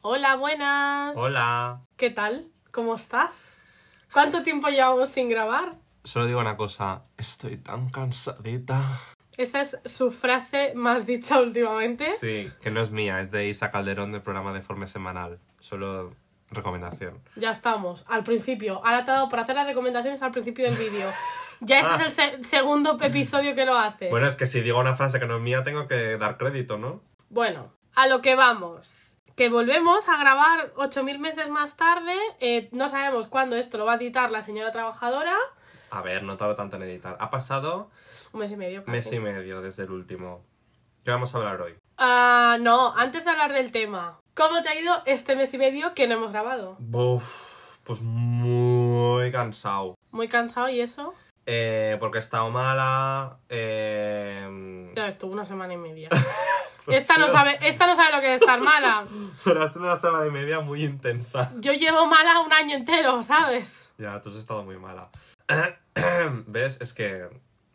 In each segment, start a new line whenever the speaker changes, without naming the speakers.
Hola, buenas.
Hola.
¿Qué tal? ¿Cómo estás? ¿Cuánto tiempo llevamos sin grabar?
Solo digo una cosa, estoy tan cansadita.
Esa es su frase más dicha últimamente.
Sí, que no es mía, es de Isa Calderón del programa Deforme Semanal. Solo recomendación.
Ya estamos, al principio. Ahora te ha dado por hacer las recomendaciones al principio del vídeo. Ya ese
Ah.
es el se- segundo episodio que lo haces.
Bueno, es que si digo una frase que no es mía, tengo que dar crédito, ¿no?
Bueno, a lo que vamos. Que volvemos a grabar 8.000 meses más tarde. Eh, no sabemos cuándo esto lo va a editar la señora trabajadora.
A ver, no tardo tanto en editar. Ha pasado
Un mes y medio. Casi.
mes y medio desde el último. ¿Qué vamos a hablar hoy?
Ah, no, antes de hablar del tema. ¿Cómo te ha ido este mes y medio que no hemos grabado?
Buf, pues muy cansado.
Muy cansado y eso.
Eh, porque he estado mala. Eh...
Ya ves tú, una semana y media.
pues
Esta no
sí,
sabe, esta no sabe lo que es estar mala.
Pero es una semana y media muy intensa.
Yo llevo mala un año entero, ¿sabes?
Ya, tú has estado muy mala. ¿Ves? Es que,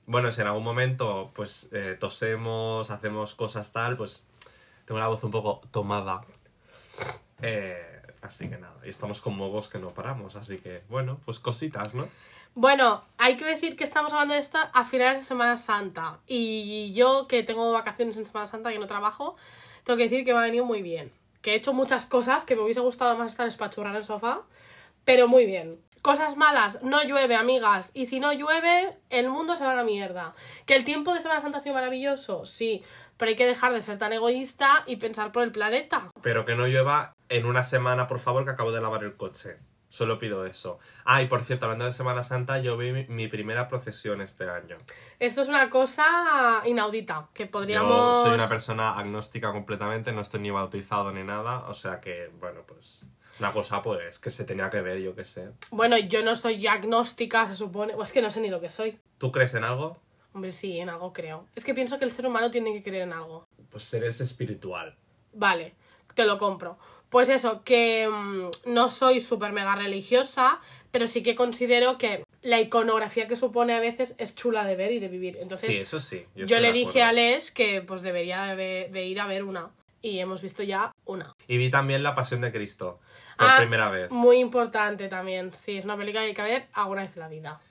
bueno, si en algún momento, pues, eh, tosemos, hacemos cosas tal, pues, tengo la voz un poco tomada. Eh, así que nada, y estamos con mogos que no paramos, así que, bueno, pues cositas, ¿no?
Bueno, hay que decir que estamos hablando de esto a finales de Semana Santa. Y yo, que tengo vacaciones en Semana Santa, que no trabajo, tengo que decir que me ha venido muy bien. Que he hecho muchas cosas que me hubiese gustado más estar espachurrada en el sofá, pero muy bien. Cosas malas, no llueve, amigas. Y si no llueve, el mundo se va a la mierda. Que el tiempo de Semana Santa ha sido maravilloso, sí, pero hay que dejar de ser tan egoísta y pensar por el planeta.
Pero que no llueva en una semana, por favor, que acabo de lavar el coche. Solo pido eso. Ah, y por cierto, hablando de Semana Santa, yo vi mi, mi primera procesión este año.
Esto es una cosa inaudita, que podríamos...
Yo soy una persona agnóstica completamente, no estoy ni bautizado ni nada, o sea que, bueno, pues una cosa pues que se tenía que ver, yo qué sé.
Bueno, yo no soy agnóstica, se supone. O es que no sé ni lo que soy.
¿Tú crees en algo?
Hombre, sí, en algo creo. Es que pienso que el ser humano tiene que creer en algo.
Pues eres espiritual.
Vale, te lo compro. Pues eso, que mm, no soy súper mega religiosa, pero sí que considero que la iconografía que supone a veces es chula de ver y de vivir. Entonces,
sí, eso sí.
yo,
estoy
le
de
dije a
acuerdo.
Les que pues debería de, ve- de ir a ver una. Y hemos visto ya una.
Y vi también La Pasión de Cristo, por
Ah.
primera vez.
Muy importante también, sí, es una película que hay que ver alguna vez en la vida.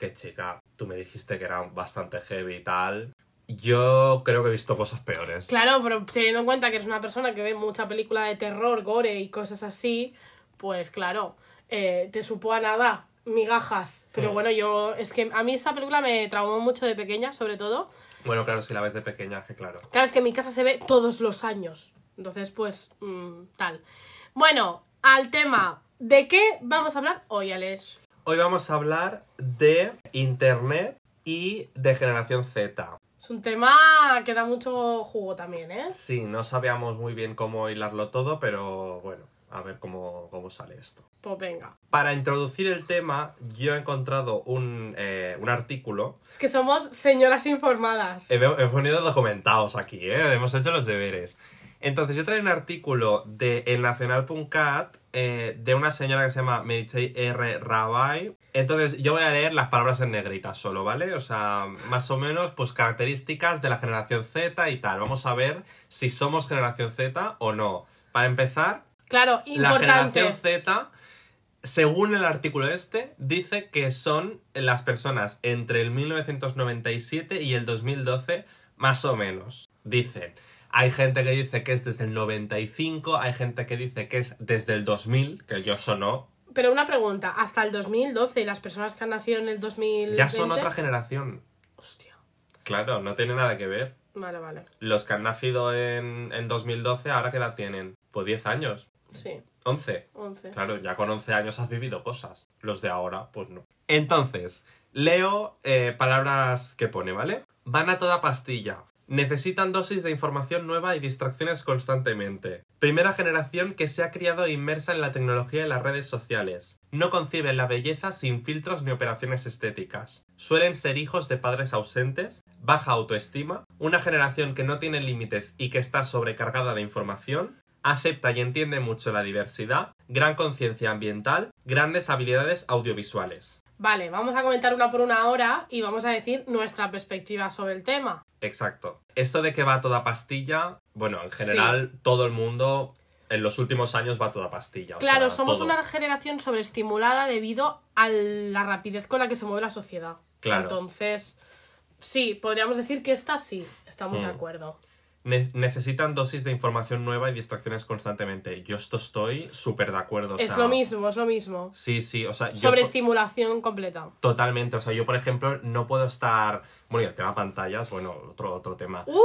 Que chica, tú me dijiste que era bastante heavy y tal. Yo creo que he visto cosas peores.
Claro, pero teniendo en cuenta que eres una persona que ve mucha película de terror, gore y cosas así, pues claro, eh, te supo a nada, migajas. Pero
Mm.
bueno, yo, es que a mí esa película me traumó mucho de pequeña, sobre todo.
Bueno, claro, si la ves de pequeña, que claro.
Claro, es que en mi casa se ve todos los años. Entonces, pues, mm, tal. Bueno, al tema, ¿de qué vamos a hablar hoy, Alex?
Hoy vamos a hablar de Internet y de generación Z.
Es un tema que da mucho jugo también, ¿eh?
Sí, no sabíamos muy bien cómo hilarlo todo, pero bueno, a ver cómo, cómo sale esto.
Pues venga.
Para introducir el tema, yo he encontrado un, eh, un artículo.
Es que somos señoras informadas.
He, he ponido documentados aquí, ¿eh? hemos hecho los deberes. Entonces, yo traí un artículo de elnacional.cat eh, de una señora que se llama Meritxell R. Rabai. Entonces, yo voy a leer las palabras en negrita solo, ¿vale? O sea, más o menos, pues características de la generación Z y tal. Vamos a ver si somos generación Z o no. Para empezar,
Claro,
la
importante.
generación Z, según el artículo este, dice que son las personas entre el 1997 y el 2012, más o menos. Dicen, hay gente que dice que es desde el 95, hay gente que dice que es desde el 2000, que yo sonó.
Pero una pregunta, hasta el 2012 y las personas que han nacido en el 2020...
Ya son otra generación.
Hostia.
Claro, no tiene nada que ver.
Vale, vale.
Los que han nacido en, en 2012, ¿ahora qué edad tienen? Pues 10 años.
Sí,
11.
11.
Claro, ya con 11 años has vivido cosas. Los de ahora, pues no. Entonces, leo eh, palabras que pone, ¿vale? Van a toda pastilla. Necesitan dosis de información nueva y distracciones constantemente. Primera generación que se ha criado inmersa en la tecnología y las redes sociales. No conciben la belleza sin filtros ni operaciones estéticas. Suelen ser hijos de padres ausentes, baja autoestima, una generación que no tiene límites y que está sobrecargada de información, acepta y entiende mucho la diversidad, gran conciencia ambiental, grandes habilidades audiovisuales.
Vale, vamos a comentar una por una ahora y vamos a decir nuestra perspectiva sobre el tema.
Exacto. Esto de que va toda pastilla, bueno, en general todo el mundo en los últimos años va toda pastilla. o
Claro,
sea,
somos
todo.
una generación sobreestimulada debido a la rapidez con la que se mueve la sociedad.
Claro.
Entonces, sí, podríamos decir que esta sí, estamos de
Mm.
acuerdo.
Ne- necesitan dosis de información nueva y distracciones constantemente. Yo esto estoy súper de acuerdo. o
es
sea,
lo mismo, es lo mismo.
Sí, sí, o sea, yo
Sobreestimulación completa.
po- totalmente, o sea, yo por ejemplo no puedo estar, bueno, y el tema pantallas, bueno, otro otro tema.
¡Uh!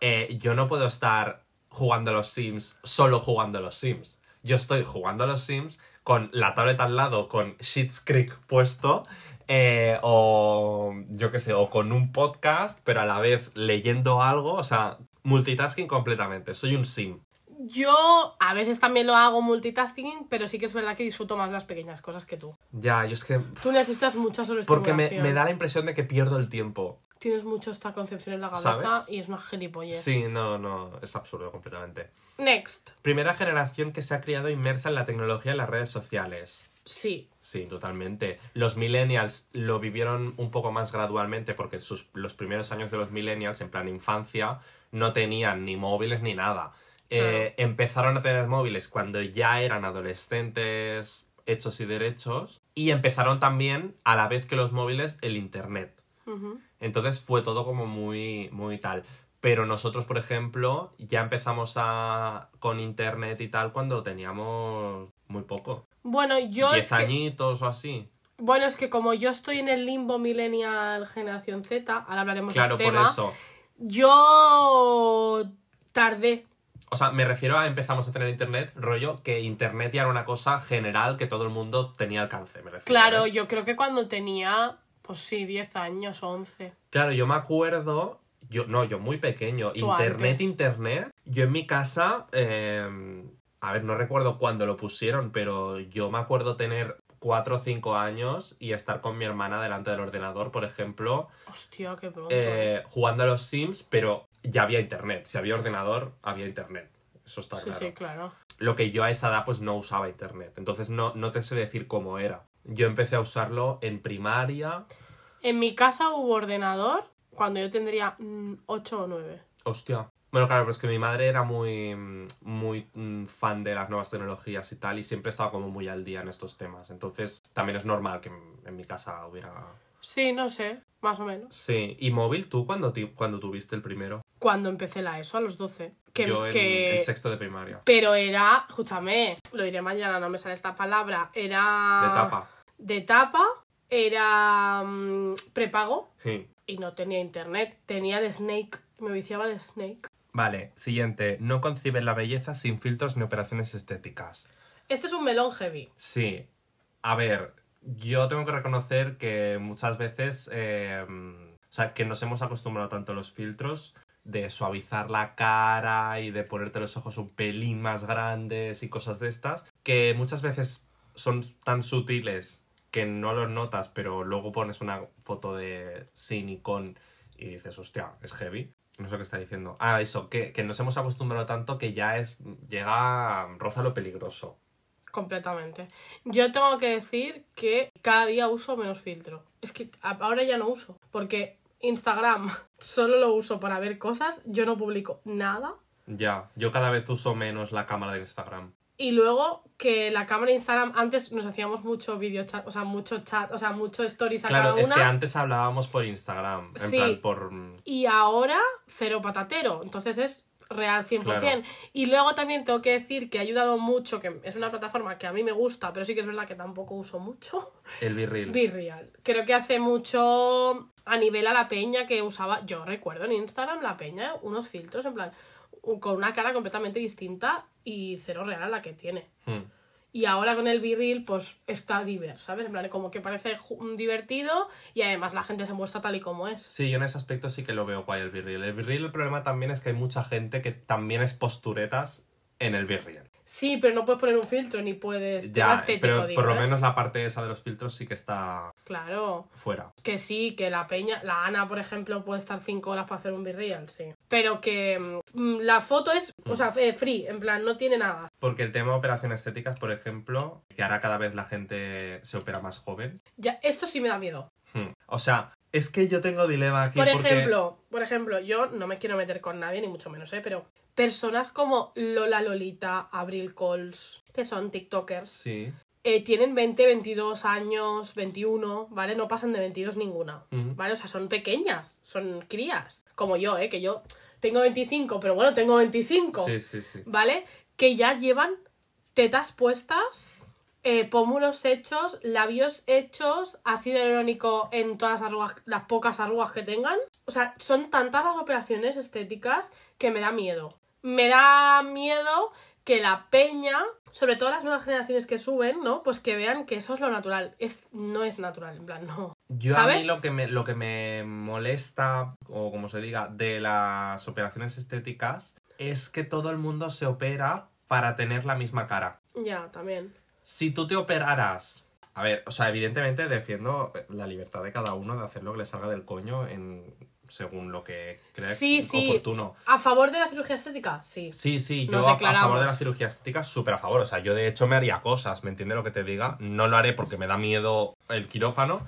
Eh, yo no puedo estar jugando a los Sims solo jugando a los Sims. Yo estoy jugando a los Sims con la tablet al lado, con Sheets Creek puesto, eh, o yo qué sé, o con un podcast, pero a la vez leyendo algo, o sea, multitasking completamente. Soy un Sim.
Yo a veces también lo hago multitasking, pero sí que es verdad que disfruto más las pequeñas cosas que tú.
Ya, yo es que...
Tú necesitas mucha
Porque
sobreestimulación.
me, me da la impresión de que pierdo el tiempo.
Tienes mucho esta concepción en la cabeza
¿Sabes?
y es una gilipollez.
Sí, no, no, es absurdo completamente.
Next.
Primera generación que se ha criado inmersa en la tecnología y las redes sociales.
Sí.
Sí, totalmente. Los millennials lo vivieron un poco más gradualmente porque en sus, los primeros años de los millennials, en plan infancia, no tenían ni móviles ni nada. Eh, Empezaron a tener móviles cuando ya eran adolescentes hechos y derechos y empezaron también, a la vez que los móviles, el Internet.
Ujú.
Entonces fue todo como muy, muy tal. Pero nosotros, por ejemplo, ya empezamos a, con internet y tal cuando teníamos muy poco.
Bueno, yo
Diez
es que-
añitos o así.
Bueno, es que como yo estoy en el limbo millennial generación Z, ahora hablaremos
Claro,
de
por
este tema,
eso.
yo tardé.
O sea, me refiero a empezamos a tener internet, rollo, que internet ya era una cosa general que todo el mundo tenía alcance, me refiero.
Claro,
¿eh?
yo creo que cuando tenía, pues sí, 10 años o 11.
Claro, yo me acuerdo, yo no, yo muy pequeño,
Tú
internet,
antes.
internet, yo en mi casa, eh, a ver, no recuerdo cuándo lo pusieron, pero yo me acuerdo tener cuatro o cinco años y estar con mi hermana delante del ordenador, por ejemplo,
Hostia, qué pronto.
eh, jugando a los Sims, pero ya había internet, si había ordenador, había internet. Eso está
sí,
claro.
sí, claro.
Lo que yo a esa edad pues no usaba internet, entonces no, no te sé decir cómo era. Yo empecé a usarlo en primaria.
En mi casa hubo ordenador cuando yo tendría 8 o 9.
Hostia. Bueno, claro, pero es que mi madre era muy, mm, muy mm, fan de las nuevas tecnologías y tal, y siempre estaba como muy al día en estos temas. Entonces, también es normal que en en mi casa hubiera...
Sí, no sé, más o menos.
Sí, ¿y móvil tú cuando, ti- cuando tuviste el primero?
Cuando empecé la ESO, a los 12. Que,
Yo en,
que-
en sexto de primaria.
Pero era, escúchame, lo diré mañana, no me sale esta palabra, era...
De tapa.
de tapa era mm, prepago
Sí.
y no tenía internet. Tenía el Snake. Me viciaba el Snake.
Vale, siguiente. No conciben la belleza sin filtros ni operaciones estéticas.
Este es un melón heavy.
Sí. A ver, yo tengo que reconocer que muchas veces. eh, o sea, que nos hemos acostumbrado tanto a los filtros de suavizar la cara y de ponerte los ojos un pelín más grandes y cosas de estas, que muchas veces son tan sutiles que no los notas, pero luego pones una foto de sin y con y dices, hostia, es heavy. No sé qué está diciendo. Ah, eso, que, que nos hemos acostumbrado tanto que ya es. llega. roza lo peligroso.
Completamente. Yo tengo que decir que cada día uso menos filtro. Es que a- ahora ya no uso. Porque Instagram solo lo uso para ver cosas. Yo no publico nada.
Ya, yo cada vez uso menos la cámara de Instagram.
Y luego que la cámara de Instagram, antes nos hacíamos mucho video chat, o sea, mucho chat, o sea, mucho stories a
claro,
cada una.
es que antes hablábamos por Instagram, en
Sí.
plan por... mm,
y ahora cero patatero. Entonces es real 100%.
Claro.
Y luego también tengo que decir que ha ayudado mucho, que es una plataforma que a mí me gusta, pero sí que es verdad que tampoco uso mucho.
el virril.
Be Real. Creo que hace mucho a nivel a la peña que usaba, yo recuerdo en Instagram la peña, unos filtros en plan u- con una cara completamente distinta y cero real a la que tiene.
Mm,
Y ahora con el B-Reel, pues está diverso, ¿sabes? En plan, como que parece ju- divertido y además la gente se muestra tal y como es.
Sí, yo en ese aspecto sí que lo veo guay el virril. El virril el problema también es que hay mucha gente que también es posturetas en el virril.
Sí, pero no puedes poner un filtro ni puedes. tema
Ya,
estético,
pero
digo,
por lo
¿eh?
menos la parte esa de los filtros sí que está
Claro.
fuera.
Que sí, que la peña, la Ana, por ejemplo, puede estar cinco horas para hacer un virreal, sí. Pero que mm, la foto es, o sea, eh, free, en plan, no tiene nada.
Porque el tema de operaciones estéticas, por ejemplo, que ahora cada vez la gente se opera más joven.
Ya, esto sí me da miedo.
Hmm. O sea, es que yo tengo dilema aquí.
Por
porque-
ejemplo, por ejemplo, yo no me quiero meter con nadie, ni mucho menos, ¿eh? Pero personas como Lola Lolita, Abril Coles, que son TikTokers,
Sí.
eh, tienen 20, 22 años, 21, ¿vale? No pasan de 22 ninguna,
Mm.
¿vale? O sea, son pequeñas, son crías, como yo, ¿eh? Que yo tengo 25, pero bueno, tengo 25,
Sí, sí, sí.
¿vale? Que ya llevan tetas puestas, eh, pómulos hechos, labios hechos, ácido hialurónico en todas las arrugas, las pocas arrugas que tengan. O sea, son tantas las operaciones estéticas que me da miedo. Me da miedo que la peña, sobre todo las nuevas generaciones que suben, ¿no? Pues que vean que eso es lo natural. Es, no es natural, en plan, no.
Yo a mí
¿Sabes?
lo que, me, lo que me molesta, o como se diga, de las operaciones estéticas es que todo el mundo se opera para tener la misma cara.
Ya, también.
Si tú te operaras... A ver, o sea, evidentemente defiendo la libertad de cada uno de hacer lo que le salga del coño en, según lo que cree
Sí, sí.
oportuno.
¿A favor de la cirugía estética? Sí.
Sí, sí, yo
Nos
a- a,
declaramos.
favor de la cirugía estética, súper a favor. O sea, yo de hecho me haría cosas, ¿me entiendes lo que te diga? No lo haré porque me da miedo el quirófano,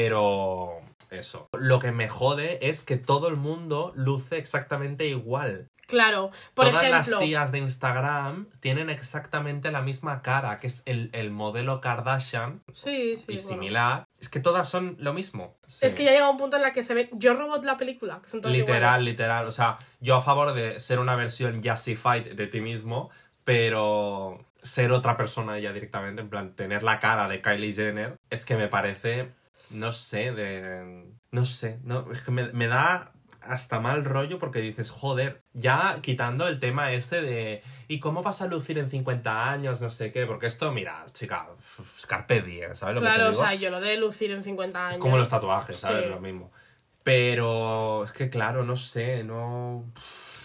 pero eso. Lo que me jode es que todo el mundo luce exactamente igual.
Claro. Por
Todas
ejemplo.
las tías de Instagram tienen exactamente la misma cara, que es el, el modelo Kardashian
Sí, sí.
y
bueno.
similar. Es que todas son lo mismo.
Es que ya llega un punto en la que se ve. Yo robot la película. Que son todas
Literal,
iguales.
literal. O sea, yo a favor de ser una versión Yassified de ti mismo, pero ser otra persona ya directamente, en plan, tener la cara de Kylie Jenner, es que me parece, no sé, de... No sé, no, es que me, me da hasta mal rollo porque dices, joder, ya quitando el tema este de... ¿Y cómo vas a lucir en 50 años? No sé qué, porque esto, mira, chica, f- carpe diem, ¿sabes lo que
Claro,
te
o
digo?
sea, yo lo de lucir en 50 años.
Es como los tatuajes, ¿sabes?
Sí.
Lo mismo. Pero es que, claro, no sé, no.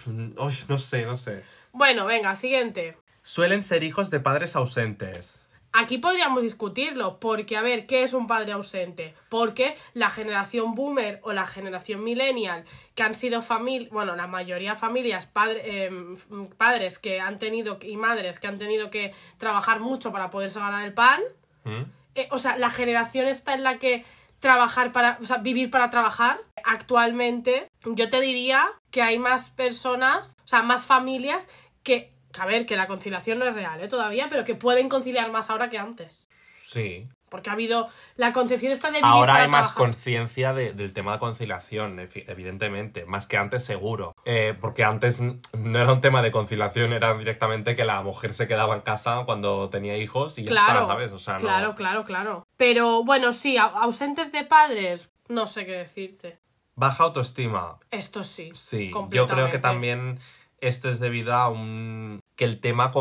Uy, no sé, no sé.
Bueno, venga, siguiente.
Suelen ser hijos de padres ausentes.
Aquí podríamos discutirlo, porque a ver, ¿qué es un padre ausente? Porque la generación boomer o la generación millennial, que han sido familia, bueno, la mayoría de familias, padre- em, f- padres que han tenido, y madres que han tenido que trabajar mucho para poderse ganar el pan,
¿Mm?
eh, o sea, la generación está en la que trabajar para, o sea, vivir para trabajar, actualmente yo te diría que hay más personas, o sea, más familias que, que, a ver, que la conciliación no es real ¿eh? todavía, pero que pueden conciliar más ahora que antes.
Sí.
Porque ha habido la concepción está de vivir
Ahora
para
hay más
trabajar.
conciencia de- del tema de conciliación, efi- evidentemente, más que antes seguro. Eh, porque antes n- no era un tema de conciliación, era directamente que la mujer se quedaba en casa cuando tenía hijos y ya
Claro,
está, ¿sabes? O sea, no-
claro, claro, claro. Pero bueno, sí, au- ausentes de padres, no sé qué decirte.
Baja autoestima,
Esto sí.
Sí, yo creo
completamente.
que también esto es debido a un que el tema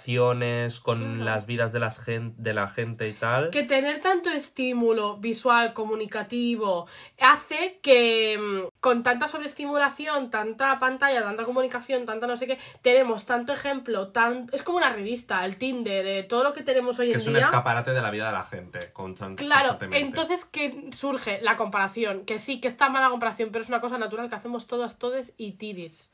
comparaciones con
Claro.
las vidas de, las gen- de la gente y tal.
que tener tanto estímulo visual, comunicativo, hace que mm, con tanta sobreestimulación, tanta pantalla, tanta comunicación, tanta no sé qué, tenemos tanto ejemplo, tan... es como una revista, el Tinder, eh, todo lo que tenemos hoy
que
en
es un
día.
escaparate de la vida de la gente. constan-
Claro,
constantemente.
entonces que surge la comparación, que sí, que está mala comparación, pero es una cosa natural que hacemos todas, todes y tiris.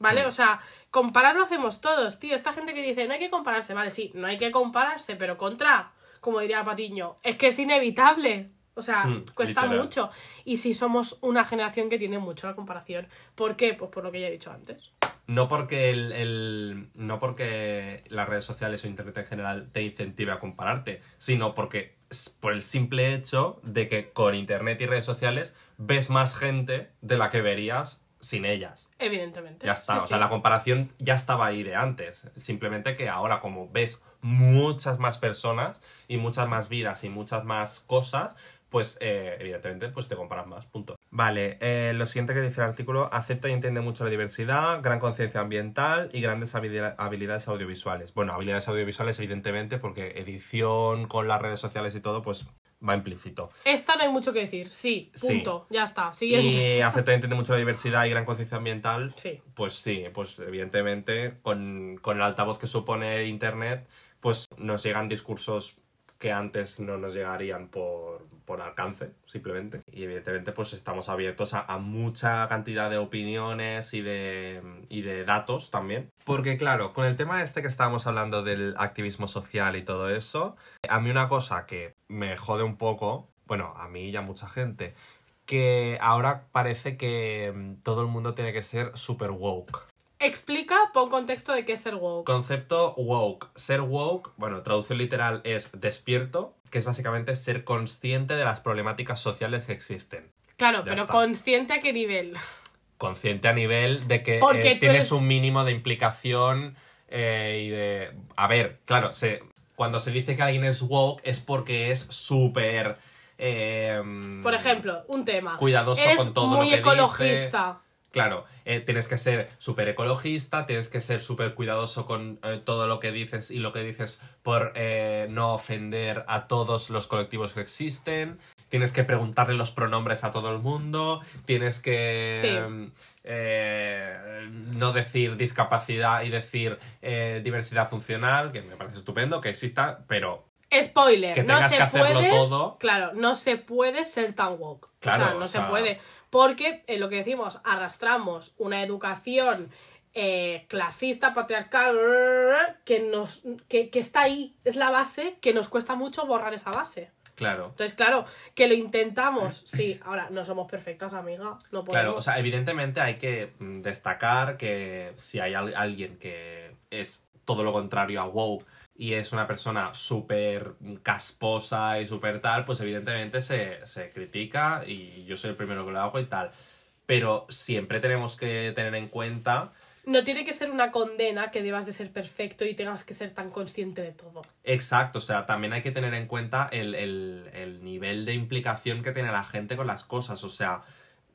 ¿Vale?
Mm.
O sea, comparar lo hacemos todos, tío. Esta gente que dice, no hay que compararse, vale, sí, no hay que compararse, pero contra, como diría Patiño, es que es inevitable. O sea,
Mm,
cuesta
literal.
mucho. Y si somos una generación que tiene mucho la comparación, ¿por qué? Pues por lo que ya he dicho antes.
No porque, el, el- no porque las redes sociales o internet en general te incentive a compararte, sino porque es por el simple hecho de que con internet y redes sociales ves más gente de la que verías sin ellas.
Evidentemente.
Ya está,
Sí,
o
sí.
sea, la comparación ya estaba ahí de antes. Simplemente que ahora, como ves muchas más personas y muchas más vidas y muchas más cosas, pues eh, evidentemente pues te comparas más, punto. Vale, eh, lo siguiente que dice el artículo, acepta y entiende mucho la diversidad, gran conciencia ambiental y grandes habili- habilidades audiovisuales. Bueno, habilidades audiovisuales evidentemente porque edición con las redes sociales y todo, pues va implícito.
Esta no hay mucho que decir. Sí,
Sí.
punto. Ya está. Siguiente.
Y acepta y entiende mucho la diversidad y gran conciencia ambiental,
Sí.
pues sí, pues evidentemente con, con el altavoz que supone el Internet, pues nos llegan discursos que antes no nos llegarían por, por alcance, simplemente. Y evidentemente pues estamos abiertos a, a mucha cantidad de opiniones y de, y de datos también. Porque claro, con el tema este que estábamos hablando del activismo social y todo eso, a mí una cosa que me jode un poco bueno, a mí y a mucha gente, que ahora parece que mm, todo el mundo tiene que ser super woke.
Explica, pon contexto de qué es ser woke.
Concepto woke. Ser woke, bueno, traducción literal es despierto, que es básicamente ser consciente de las problemáticas sociales que existen.
Claro,
Ya
pero
está.
consciente a qué nivel.
Consciente a nivel de que
Porque
eh,
tú
tienes
eres-
un mínimo de implicación eh, y de... A ver, claro, se... cuando se dice que alguien es woke es porque es súper... eh,
Por ejemplo, un tema.
Cuidadoso
Eres
con todo lo
muy
que dice.
ecologista.
Claro, eh, tienes que ser súper ecologista, tienes que ser súper cuidadoso con eh, todo lo que dices y lo que dices por eh, no ofender a todos los colectivos que existen. Tienes que preguntarle los pronombres a todo el mundo. Tienes que
Sí.
em, eh, no decir discapacidad y decir eh, diversidad funcional, que me parece estupendo que exista, pero
Spoiler,
que
no
tengas
se
que hacerlo
puede.
todo.
Claro, no se puede ser tan woke.
Claro,
o sea, no
o
se
sea-
puede. Porque eh, lo que decimos, arrastramos una educación eh, clasista, patriarcal, que nos. Que, que está ahí, es la base, que nos cuesta mucho borrar esa base.
Claro.
Entonces, claro, que lo intentamos, sí, ahora no somos perfectas, amiga. No podemos.
Claro, o sea, evidentemente hay que mm, destacar que si hay al- alguien que es todo lo contrario a woke y es una persona súper mm, casposa y súper tal, pues evidentemente se, se critica y yo soy el primero que lo hago y tal. Pero siempre tenemos que tener en cuenta
No tiene que ser una condena que debas de ser perfecto y tengas que ser tan consciente de todo.
Exacto, o sea, también hay que tener en cuenta el, el- el nivel de implicación que tiene la gente con las cosas. O sea,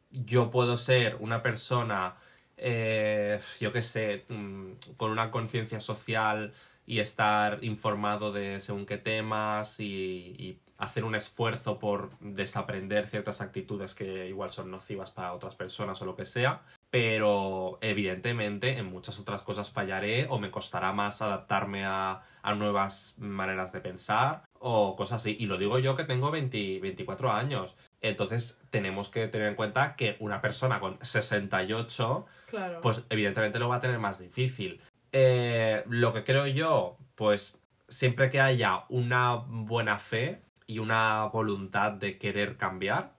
yo puedo ser una persona, eh, yo qué sé, mm, con una conciencia social y estar informado de según qué temas y, y hacer un esfuerzo por desaprender ciertas actitudes que igual son nocivas para otras personas o lo que sea. Pero evidentemente en muchas otras cosas fallaré o me costará más adaptarme a, a nuevas maneras de pensar o cosas así. Y lo digo yo que tengo 20 24 años. Entonces tenemos que tener en cuenta que una persona con 68
Claro.
pues evidentemente lo va a tener más difícil. Eh, lo que creo yo, pues siempre que haya una buena fe y una voluntad de querer cambiar,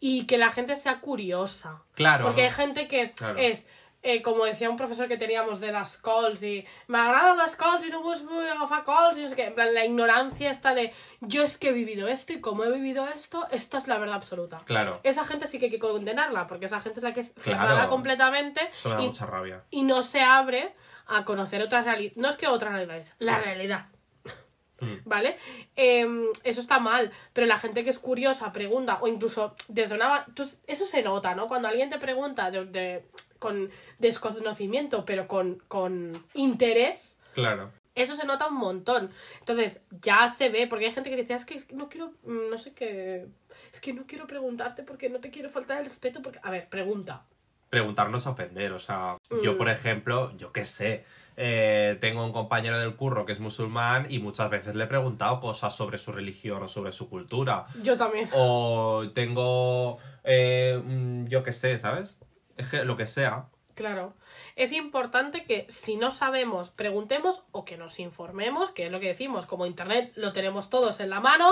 Y que la gente sea curiosa.
claro.
Porque hay gente que
Claro.
es, eh, como decía un profesor que teníamos de las calls y me agradan las calls y no voy a agafar calls y no sé qué. En plan, la ignorancia está de yo es que he vivido esto y como he vivido esto, esta es la verdad absoluta.
Claro,
Esa gente sí que hay que condenarla, porque esa gente es la que es
Claro.
cerrada completamente
eso me da
y,
mucha rabia.
y no se abre a conocer otras realidades. No es que otras realidades, la realidad.
Mm.
¿Vale? Em, eso está mal, pero la gente que es curiosa pregunta, o incluso desde una. va- tú- eso se nota, ¿no? Cuando alguien te pregunta de, de- con desconocimiento, pero con, con interés,
Claro.
eso se nota un montón. Entonces, ya se ve, porque hay gente que dice, "Ah, es que no quiero. mm, No sé qué. Es que no quiero preguntarte porque no te quiero faltar el respeto, porque. A ver, pregunta.
preguntarnos a ofender. O sea,
Mm.
yo, por ejemplo, yo qué sé, eh, tengo un compañero del curro que es musulmán y muchas veces le he preguntado cosas sobre su religión o sobre su cultura.
Yo también.
O tengo, eh, mm, yo qué sé, ¿sabes? Es que lo que sea.
Claro. Es importante que si no sabemos, preguntemos o que nos informemos, que es lo que decimos, como Internet lo tenemos todos en la mano,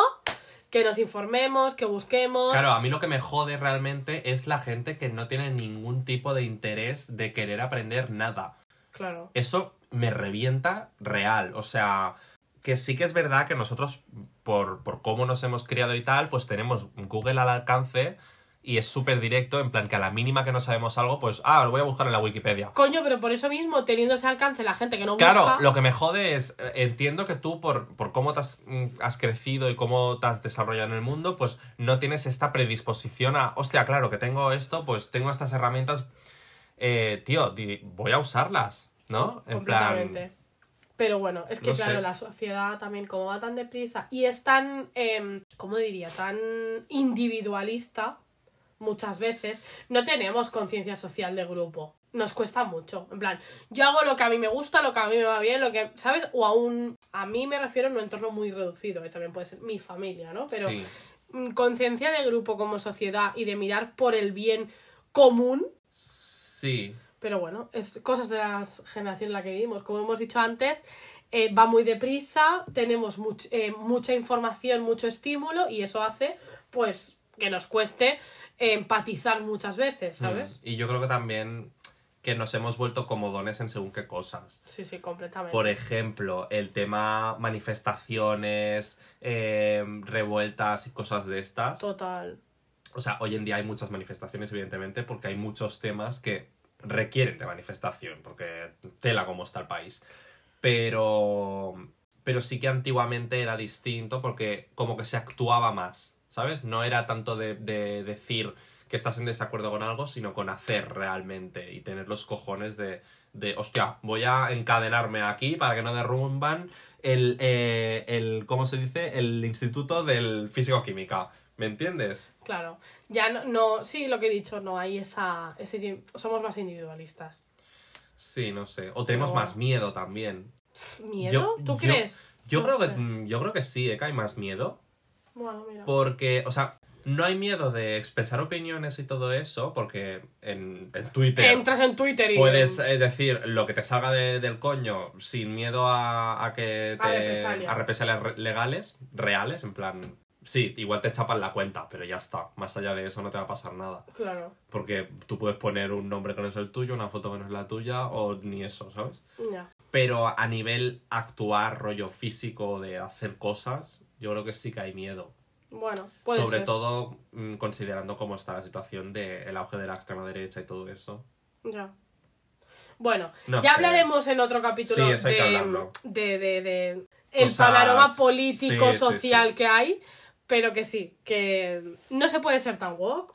que nos informemos, que busquemos.
Claro, a mí lo que me jode realmente es la gente que no tiene ningún tipo de interés de querer aprender nada.
Claro.
eso me revienta real. O sea, que sí que es verdad que nosotros, por, por cómo nos hemos criado y tal, pues tenemos Google al alcance y es súper directo, en plan que a la mínima que no sabemos algo, pues, ah, lo voy a buscar en la Wikipedia.
Coño, pero por eso mismo, teniendo ese alcance la gente que no busca.
Claro, lo que me jode es, eh, entiendo que tú, por, por cómo te has, mm, has crecido y cómo te has desarrollado en el mundo, pues no tienes esta predisposición a, hostia, claro, que tengo esto, pues tengo estas herramientas, eh, tío, di- voy a usarlas, ¿no? En
completamente.
plan,
Pero bueno, es que
no
claro,
sé.
la sociedad también, como va tan deprisa y es tan, em, ¿cómo diría? Tan individualista muchas veces, no tenemos conciencia social de grupo. Nos cuesta mucho. En plan, yo hago lo que a mí me gusta, lo que a mí me va bien, lo que, ¿sabes? O aún, a mí me refiero en un entorno muy reducido, que también puede ser mi familia, ¿no? Pero
sí.
mm, conciencia de grupo como sociedad y de mirar por el bien común
Sí,
pero bueno, es cosas de la generación en la que vivimos. Como hemos dicho antes, eh, va muy deprisa, tenemos much- eh, mucha información, mucho estímulo y eso hace pues que nos cueste eh, empatizar muchas veces, ¿sabes?
Mm, Y yo creo que también que nos hemos vuelto comodones en según qué cosas.
Sí, sí, completamente.
Por ejemplo, el tema manifestaciones, eh, revueltas y cosas de estas.
Total.
O sea, hoy en día hay muchas manifestaciones, evidentemente, porque hay muchos temas que requieren de manifestación, porque tela cómo está el país. Pero, pero sí que antiguamente era distinto porque como que se actuaba más, ¿sabes? No era tanto de, de decir que estás en desacuerdo con algo, sino con hacer realmente y tener los cojones de, de hostia, voy a encadenarme aquí para que no derrumban el, eh, el ¿cómo se dice? El Instituto del Físico-Química. ¿Me entiendes?
Claro. Ya no, no, sí, lo que he dicho, no hay esa, ese, somos más individualistas.
Sí, no sé. O tenemos
Pero
más miedo también.
Pff, ¿Miedo?
Yo-
¿Tú
yo-
crees?
Yo,
No
creo
sé.
que, mm, yo creo que sí, ¿eh? que hay más miedo.
Bueno, mira.
Porque, o sea, no hay miedo de expresar opiniones y todo eso, porque en, en Twitter
Entras en Twitter y...
puedes eh, decir lo que te salga de- del coño sin miedo a, a que
A
te-
represalias.
a represalias re- legales, reales, en plan. Sí, igual te chapan la cuenta, pero ya está. Más allá de eso no te va a pasar nada.
Claro.
Porque tú puedes poner un nombre que no es el tuyo, una foto que no es la tuya, o ni eso, ¿sabes?
Ya.
Pero a nivel actuar, rollo físico, de hacer cosas, yo creo que sí que hay miedo.
Bueno, puede
Sobre
ser.
todo mm, considerando cómo está la situación del auge de la extrema derecha y todo eso.
Ya. Bueno,
No
ya
sé.
hablaremos en otro capítulo
Sí, eso hay que
de,
hablarlo.
de, de, de- el
Cosas-
panorama político
sí, sí,
social
sí.
que hay, pero que sí, que no se puede ser tan woke,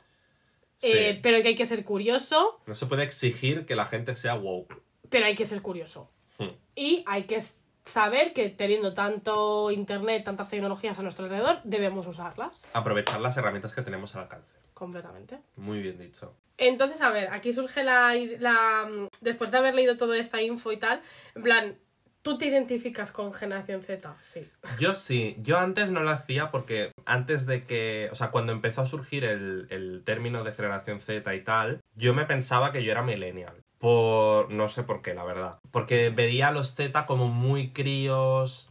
eh,
Sí.
pero que hay que ser curioso,
No se puede exigir que la gente sea woke.
pero hay que ser curioso.
Hmm.
Y hay que s- saber que teniendo tanto internet, tantas tecnologías a nuestro alrededor, debemos usarlas
Aprovechar las herramientas que tenemos al alcance.
completamente.
Muy bien dicho.
Entonces, a ver, aquí surge la, la- mm, Después de haber leído toda esta info y tal, en plan, ¿tú te identificas con Generación Z? Sí.
Yo sí, yo antes no lo hacía porque antes de que, o sea, cuando empezó a surgir el, el término de generación Z y tal, yo me pensaba que yo era millennial. Por, no sé por qué, la verdad. Porque veía a los Z como muy críos,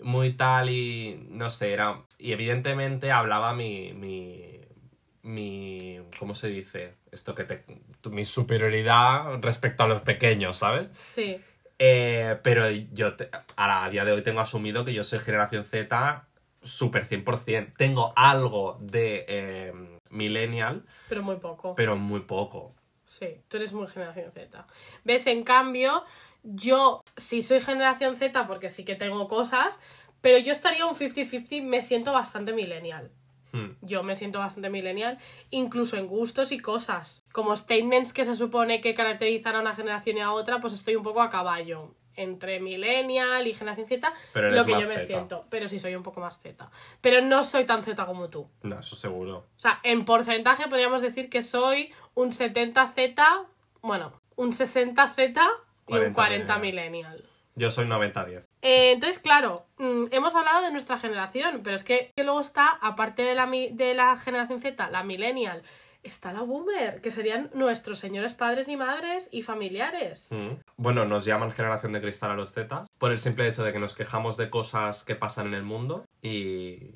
muy tal y, no sé, era... Y evidentemente hablaba mi... mi mi ¿cómo se dice? esto que te tu- mi superioridad respecto a los pequeños, ¿sabes?
Sí.
Eh, pero yo te- a, la- a día de hoy tengo asumido que yo soy generación Z super 100%. Tengo algo de eh, millennial,
Pero muy poco.
pero muy poco.
Sí, tú eres muy generación Z. ¿Ves? En cambio, yo sí soy generación Z porque sí que tengo cosas, pero yo estaría un 50-50, me siento bastante millennial.
Hmm.
Yo me siento bastante millennial, incluso en gustos y cosas. Como statements que se supone que caracterizan a una generación y a otra, pues estoy un poco a caballo entre millennial y generación Z,
Pero eres
lo que
más
yo me
zeta.
siento. Pero sí soy un poco más Z. Pero no soy tan Z como tú.
No, eso seguro.
O sea, en porcentaje podríamos decir que soy un 70Z, bueno, un 60Z y un
40
40
millennial.
millennial.
Yo soy 90-10.
Eh, entonces, claro, mm, hemos hablado de nuestra generación, pero es que, que luego está, aparte de la, mi- de la generación Z, la millennial, está la boomer, que serían nuestros señores padres y madres y familiares.
Hmm. Bueno, nos llaman generación de cristal a los Z por el simple hecho de que nos quejamos de cosas que pasan en el mundo y,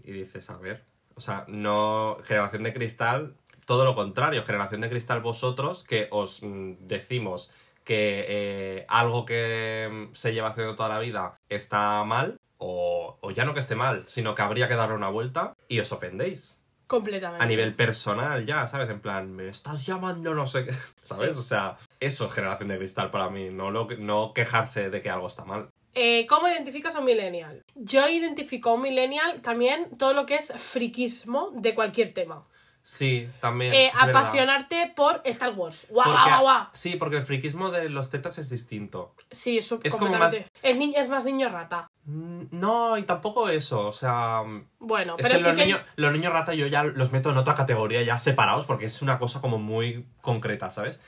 y dices, a ver, o sea, no generación de cristal, todo lo contrario, generación de cristal vosotros que os mm, decimos que eh, algo que mm, se lleva haciendo toda la vida está mal o, o ya no que esté mal, sino que habría que darle una vuelta y os ofendéis.
Completamente.
A nivel personal ya, ¿sabes? En plan, me estás llamando no sé qué, ¿sabes?
Sí.
O sea, eso es generación de cristal para mí, no, lo, no quejarse de que algo está mal.
Eh, ¿Cómo identificas a un millennial? Yo identifico a un millennial también todo lo que es friquismo de cualquier tema.
Sí, también.
Eh,
es verdad.
apasionarte por Star Wars. ¡Guau,
Porque-
guau, guau!
Sí, porque el friquismo de los tetas es distinto.
Sí, eso
Es como
completamente. Es, ni- es más niño rata.
Mm, No, y tampoco eso, o sea...
Bueno,
Es
pero
que,
sí
los,
que...
niños, los niños rata yo ya los meto en otra categoría, ya separados, porque es una cosa como muy concreta, ¿sabes?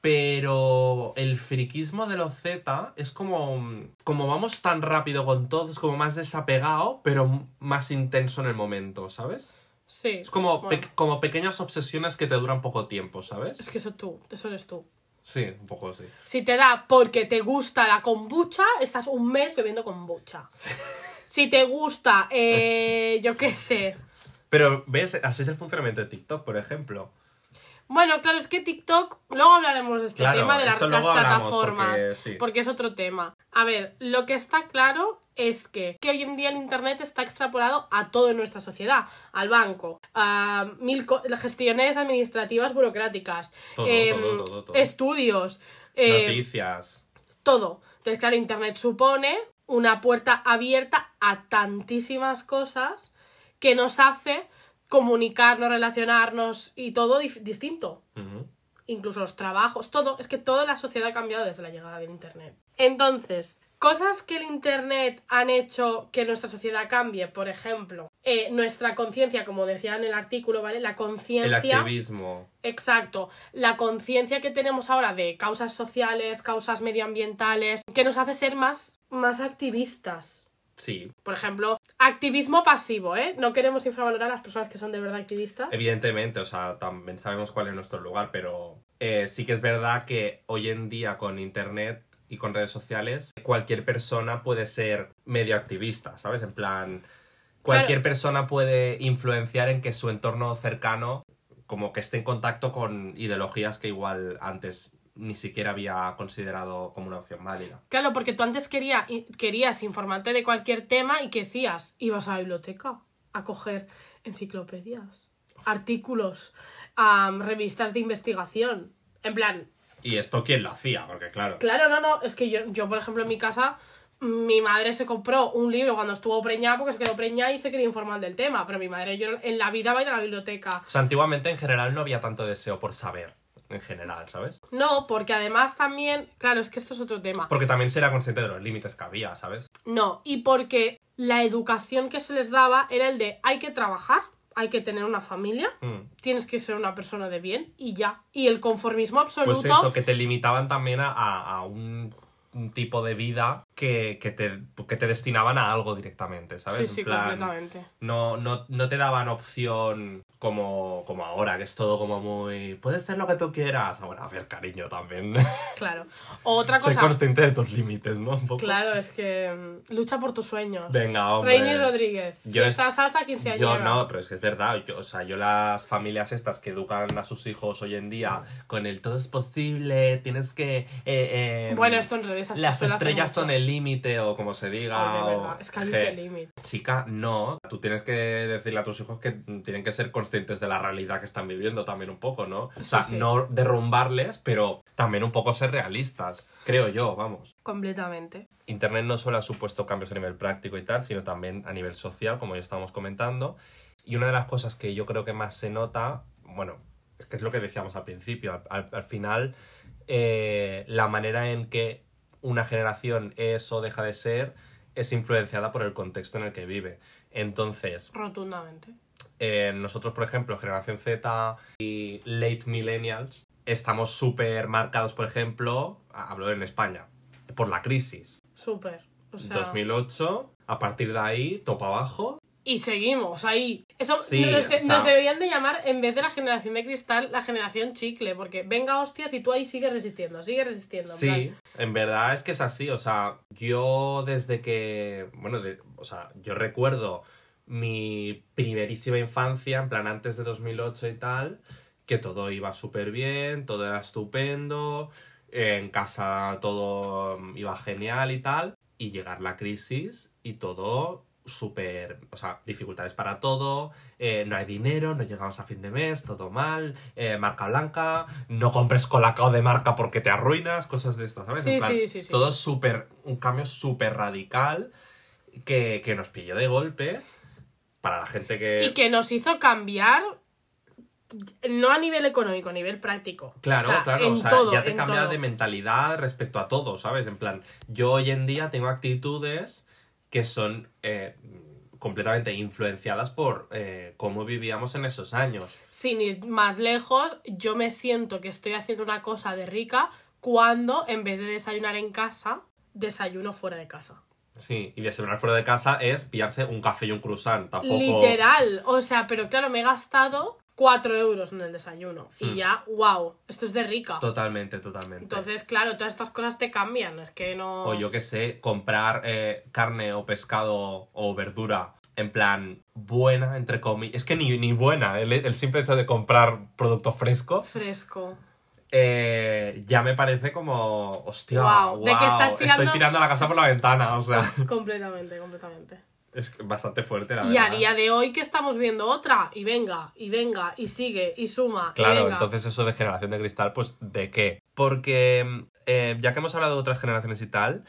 Pero el friquismo de los Z es como. Como vamos tan rápido con todo, es como más desapegado, pero más intenso en el momento, ¿sabes?
Sí.
Es como,
bueno.
pe- como pequeñas obsesiones que te duran poco tiempo,
Es
¿sabes?
que eso tú, eso eres tú.
Sí, un poco así.
Si te da porque te gusta la kombucha, estás un mes bebiendo kombucha. Si te gusta, eh, yo qué sé,
Pero ves, así es el funcionamiento de TikTok, por ejemplo.
Bueno, claro, es que TikTok, luego hablaremos de este
Claro,
tema de las,
esto
las
luego hablamos,
plataformas,
porque sí.
es otro tema. A ver, lo que está claro es que, que hoy en día el Internet está extrapolado a toda nuestra sociedad, al banco, a mil co- gestiones administrativas burocráticas,
Todo,
em,
todo, todo, todo.
estudios, em,
Noticias.
todo. Entonces, claro, Internet supone una puerta abierta a tantísimas cosas que nos hace comunicarnos, relacionarnos y todo dif- distinto
Ujú.
incluso los trabajos, todo, es que toda la sociedad ha cambiado desde la llegada del Internet. Entonces, cosas que el Internet han hecho que nuestra sociedad cambie, por ejemplo, eh, nuestra conciencia, como decía en el artículo, ¿vale? La
El
conciencia...
activismo.
Exacto, la conciencia que tenemos ahora de causas sociales, causas medioambientales, que nos hace ser más, más activistas.
Sí,
Por ejemplo, activismo pasivo, ¿eh? No queremos infravalorar a las personas que son de verdad activistas.
evidentemente, o sea, también sabemos cuál es nuestro lugar, pero eh, sí que es verdad que hoy en día con internet y con redes sociales, cualquier persona puede ser medio activista, ¿sabes? En plan, cualquier persona puede influenciar en que su entorno cercano como que esté en contacto con ideologías que igual antes ni siquiera había considerado como una opción válida.
Claro, porque tú antes quería, i- querías informarte de cualquier tema y ¿qué hacías? Ibas a la biblioteca a coger enciclopedias, artículos, am, revistas de investigación. En plan,
¿Y esto quién lo hacía? Porque claro,
claro, no, no, es que yo, yo por ejemplo, en mi casa, mi madre se compró un libro cuando estuvo preñada porque se quedó preñada y se quería informar del tema, pero mi madre yo en la vida va a ir a la biblioteca.
o sea, antiguamente en general no había tanto deseo por saber, en general, ¿sabes?
No, porque además también, claro, es que esto es otro tema.
Porque también se era consciente de los límites que había, ¿sabes?
No, y porque la educación que se les daba era el de hay que trabajar, hay que tener una familia,
Mm.
tienes que ser una persona de bien y ya. Y el conformismo absoluto.
Pues eso, que te limitaban también a, a- a un, un tipo de vida que, que te, que te destinaban a algo directamente, ¿sabes?
sí,
En
sí,
plan,
completamente.
No, no, no te daban opción como, como ahora, que es todo como muy... Puedes ser lo que tú quieras. Ahora, a ver, cariño, también.
Claro. O otra
Soy
cosa.
consciente de tus límites, ¿no? Un poco.
Claro, es que mm, lucha por tus sueños.
Venga, hombre.
Reini Rodríguez.
Yo
Yo
es-
salsa quinceañera.
Yo no, pero es que es verdad. Yo, o sea, yo las familias estas que educan a sus hijos hoy en día con el todo es posible, tienes que... eh, eh,
Bueno, esto en revés. así
las
se lo hace
estrellas
mucho.
son el límite o como se diga.
Ay, Oh, de verdad,
o-
Es que ahí
Je,
es el límite.
Chica, no. Tú tienes que decirle a tus hijos que tienen que ser conscientes de la realidad que están viviendo también un poco, ¿no? O sea,
Sí, sí.
no derrumbarles, pero también un poco ser realistas. Creo yo, vamos.
Completamente.
Internet no solo ha supuesto cambios a nivel práctico y tal, sino también a nivel social, como ya estábamos comentando. Y una de las cosas que yo creo que más se nota, bueno, es que es lo que decíamos al principio, al, al- al final, eh, la manera en que una generación es o deja de ser es influenciada por el contexto en el que vive. Entonces,
Rotundamente.
eh, nosotros, por ejemplo, generación Z y late millennials, estamos súper marcados, por ejemplo, a- hablo en España, por la crisis.
Súper. O sea,
2008, a partir de ahí, topa abajo.
Y seguimos ahí. Eso
Sí,
nos, de-
o sea-
nos deberían de llamar, en vez de la generación de cristal, la generación chicle. Porque venga hostias y tú ahí sigues resistiendo, sigues resistiendo. en
Sí, eh,
plan.
en verdad es que es así, o sea, yo desde que, bueno, de- o sea, yo recuerdo mi primerísima infancia, en plan antes de 2008 y tal, que todo iba súper bien, todo era estupendo, en casa todo mm, iba genial y tal, y llegar la crisis y todo súper, o sea, dificultades para todo, eh, no hay dinero, no llegamos a fin de mes, todo mal, eh, marca blanca, no compres colacao de marca porque te arruinas, cosas de estas, ¿sabes?
Sí,
En plan,
sí, sí, sí.
Todo súper, un cambio súper radical que, que nos pilló de golpe para la gente que...
Y que nos hizo cambiar, no a nivel económico, a nivel práctico.
Claro,
O sea,
claro,
en
o sea,
todo,
ya te
en
cambia
todo.
de mentalidad respecto a todo, ¿sabes? En plan, yo hoy en día tengo actitudes que son eh, completamente influenciadas por eh, cómo vivíamos en esos años.
Sin ir más lejos, yo me siento que estoy haciendo una cosa de rica cuando, en vez de desayunar en casa, desayuno fuera de casa.
Sí, y desayunar fuera de casa es pillarse un café y un croissant, tampoco...
Literal. O sea, pero claro, me he gastado 4 euros en el desayuno. Y
Hmm.
ya, wow, esto es de rica.
Totalmente, totalmente.
Entonces, claro, todas estas cosas te cambian. Es que no.
O yo qué sé, comprar eh, carne o pescado o verdura en plan buena, entre comillas. Es que ni, ni buena, el, el simple hecho de comprar producto fresco,
Fresco.
eh, ya me parece como, hostia,
Guau, de que
guau,
estás tirando-
estoy tirando la casa por la ventana, o sea,
Completamente, completamente.
es que bastante fuerte la
Y a
verdad.
día de hoy que estamos viendo otra, y venga, y venga, y sigue, y suma. y
Claro,
venga.
entonces eso de generación de cristal, pues ¿de qué? Porque eh, ya que hemos hablado de otras generaciones y tal,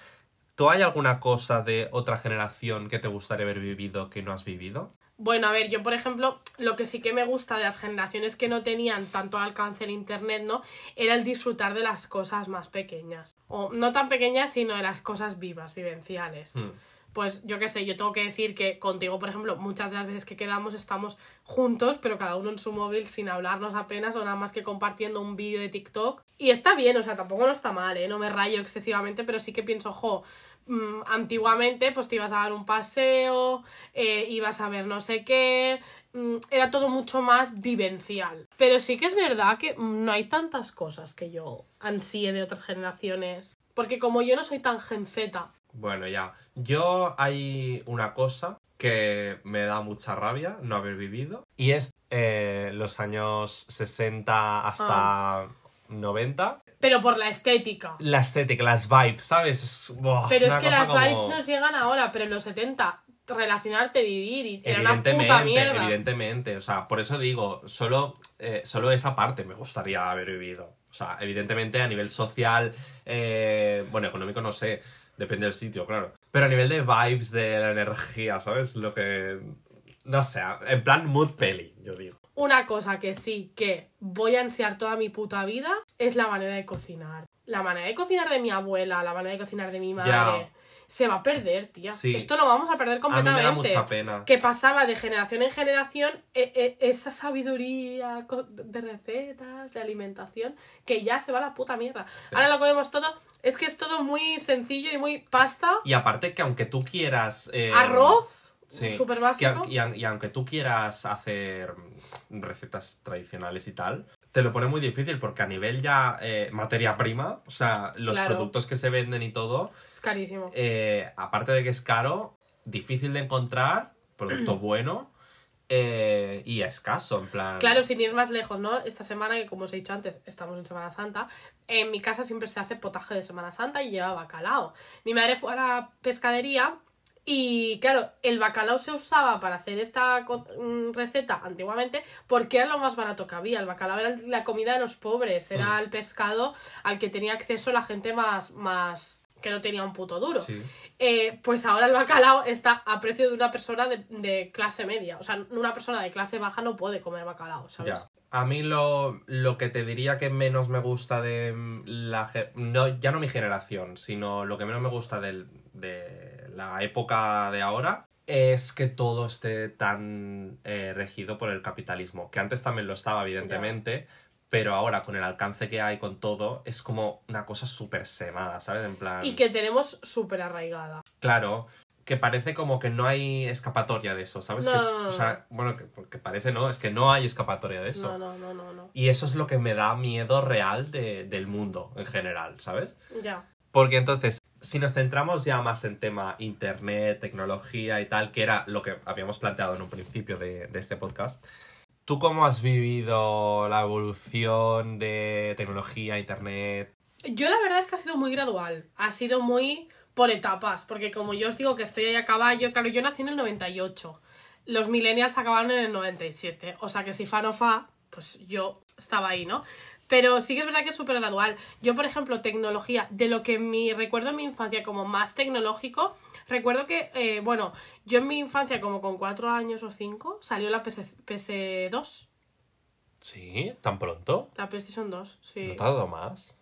¿tú hay alguna cosa de otra generación que te gustaría haber vivido que no has vivido?
Bueno, a ver, yo por ejemplo, lo que sí que me gusta de las generaciones que no tenían tanto alcance en internet, ¿no? Era el disfrutar de las cosas más pequeñas. O no tan pequeñas, sino de las cosas vivas, vivenciales.
Hmm.
Pues yo qué sé, yo tengo que decir que contigo, por ejemplo, muchas de las veces que quedamos estamos juntos, pero cada uno en su móvil sin hablarnos apenas o nada más que compartiendo un vídeo de TikTok. Y está bien, o sea, tampoco no está mal, ¿eh? No me rayo excesivamente, pero sí que pienso, jo, mm, antiguamente pues te ibas a dar un paseo, eh, ibas a ver no sé qué, mm, era todo mucho más vivencial. Pero sí que es verdad que mm, no hay tantas cosas que yo ansíe de otras generaciones. Porque como yo no soy tan gen Z,
Bueno, ya. Yo hay una cosa que me da mucha rabia no haber vivido. Y es eh, los años 60 hasta
Ah.
90.
Pero por la estética.
La estética, las vibes, ¿sabes? Es, buah,
Pero es
Oh, una
que
cosa
las
como-
vibes nos llegan ahora, pero en los 70, relacionarte, vivir, y era una
Evidentemente,
puta mierda.
evidentemente. O sea, por eso digo, solo, eh, solo esa parte me gustaría haber vivido. O sea, evidentemente a nivel social, eh, bueno, económico no sé, depende del sitio, claro. Pero a nivel de vibes, de la energía, ¿sabes? Lo que... No sé, en plan mood peli, yo digo.
Una cosa que sí que voy a ansiar toda mi puta vida es la manera de cocinar. La manera de cocinar de mi abuela, la manera de cocinar de mi madre.
Ya.
Se va a perder, tía.
Sí.
Esto lo vamos a perder
A mí
completamente.
me da mucha pena.
que pasaba de generación en generación e- e- esa sabiduría co- de recetas, de alimentación, que ya se va a la puta mierda.
Sí.
Ahora lo que vemos todo es que es todo muy sencillo y muy pasta,
Y aparte que aunque tú quieras... eh,
arroz,
sí.
súper
Que
básico.
aun- y, aun- y aunque tú quieras hacer recetas tradicionales y tal, te lo pone muy difícil porque a nivel ya eh, materia prima, o sea, los
Claro.
productos que se venden y todo,
Es carísimo.
eh, aparte de que es caro, difícil de encontrar, producto bueno eh, y escaso, en plan...
Claro, sin ir más lejos, ¿no? Esta semana, que como os he dicho antes, estamos en Semana Santa, en mi casa siempre se hace potaje de Semana Santa y lleva bacalao. Mi madre fue a la pescadería y, claro, el bacalao se usaba para hacer esta co- mm, receta antiguamente porque era lo más barato que había. El bacalao era la comida de los pobres, era
Mm.
el pescado al que tenía acceso la gente más... más que no tenía un puto duro.
Sí.
Eh, pues ahora el bacalao está a precio de una persona de, de clase media. O sea, una persona de clase baja no puede comer bacalao, ¿sabes?
Ya. A mí lo, lo que te diría que menos me gusta de mm, la... ge- No, ya no mi generación, sino lo que menos me gusta del- de la época de ahora es que todo esté tan eh, regido por el capitalismo, que antes también lo estaba, evidentemente, pero ahora con el alcance que hay con todo, es como una cosa súper semada, ¿sabes? En plan...
Y que tenemos súper arraigada.
Claro, que parece como que no hay escapatoria de eso, ¿sabes?
No,
Que-
no, no, no.
O sea, bueno, que, que parece no, es que no hay escapatoria de eso.
No, no, no, no, no.
Y eso es lo que me da miedo real de- del mundo en general, ¿sabes?
Ya.
Porque entonces, si nos centramos ya más en tema internet, tecnología y tal, que era lo que habíamos planteado en un principio de, de este podcast, ¿tú cómo has vivido la evolución de tecnología, internet?
Yo la verdad es que ha sido muy gradual. Ha sido muy por etapas. Porque como yo os digo que estoy ahí a caballo, claro, yo nací en el 98. Los millennials acabaron en el 97. O sea que si fa no fa, pues yo estaba ahí, ¿no? Pero sí que es verdad que es súper gradual. Yo, por ejemplo, tecnología, de lo que mi, recuerdo en mi infancia como más tecnológico, recuerdo que, eh, bueno, yo en mi infancia como con 4 años o 5 salió la PS PS2,
Sí, tan pronto.
la PlayStation 2, sí.
No tardó más.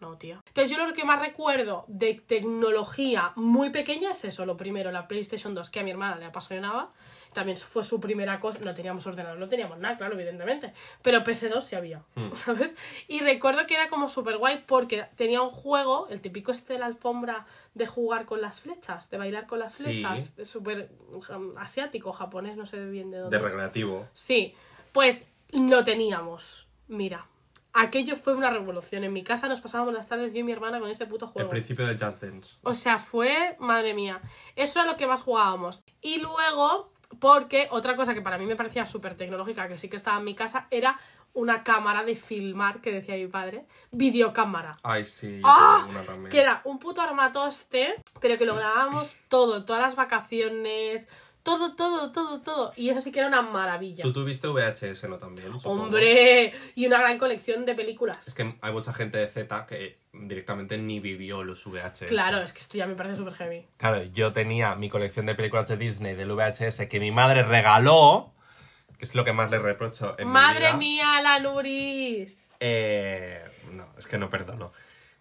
No, tío. Entonces, yo lo que más recuerdo de tecnología muy pequeña es eso. Lo primero, la PlayStation 2, que a mi hermana le apasionaba. También fue su primera cosa. No teníamos ordenador, no teníamos nada, claro, evidentemente. Pero PS2 sí había,
Hmm.
¿sabes? Y recuerdo que era como súper guay porque tenía un juego, el típico este de la alfombra, de jugar con las flechas, de bailar con las
Sí.
flechas. Es Súper mm, asiático, japonés, no sé bien de dónde.
De
es.
recreativo.
Sí, pues lo teníamos. Mira, aquello fue una revolución. En mi casa nos pasábamos las tardes yo y mi hermana con ese puto
El
juego.
principio del Just Dance.
O sea, fue, madre mía, eso es lo que más jugábamos. Y luego, Porque otra cosa que para mí me parecía súper tecnológica, que sí que estaba en mi casa, era una cámara de filmar, que decía mi padre, videocámara.
Ay, sí, yo
¡Ah!
tengo una también.
Que era un puto armatoste, pero que lo grabábamos todo, todas las vacaciones, todo, todo, todo, todo. Y eso sí que era una maravilla.
Tú tuviste VHS, ¿no? También. supongo.
¡Hombre! Y una gran colección de películas.
Es que hay mucha gente de Z que directamente ni vivió los VHS.
Claro, es que esto ya me parece súper heavy.
Claro, yo tenía mi colección de películas de Disney del VHS que mi madre regaló, que es lo que más le reprocho en mi
¡Madre
vida.
mía, la Nuris!
Eh, no, es que no perdono.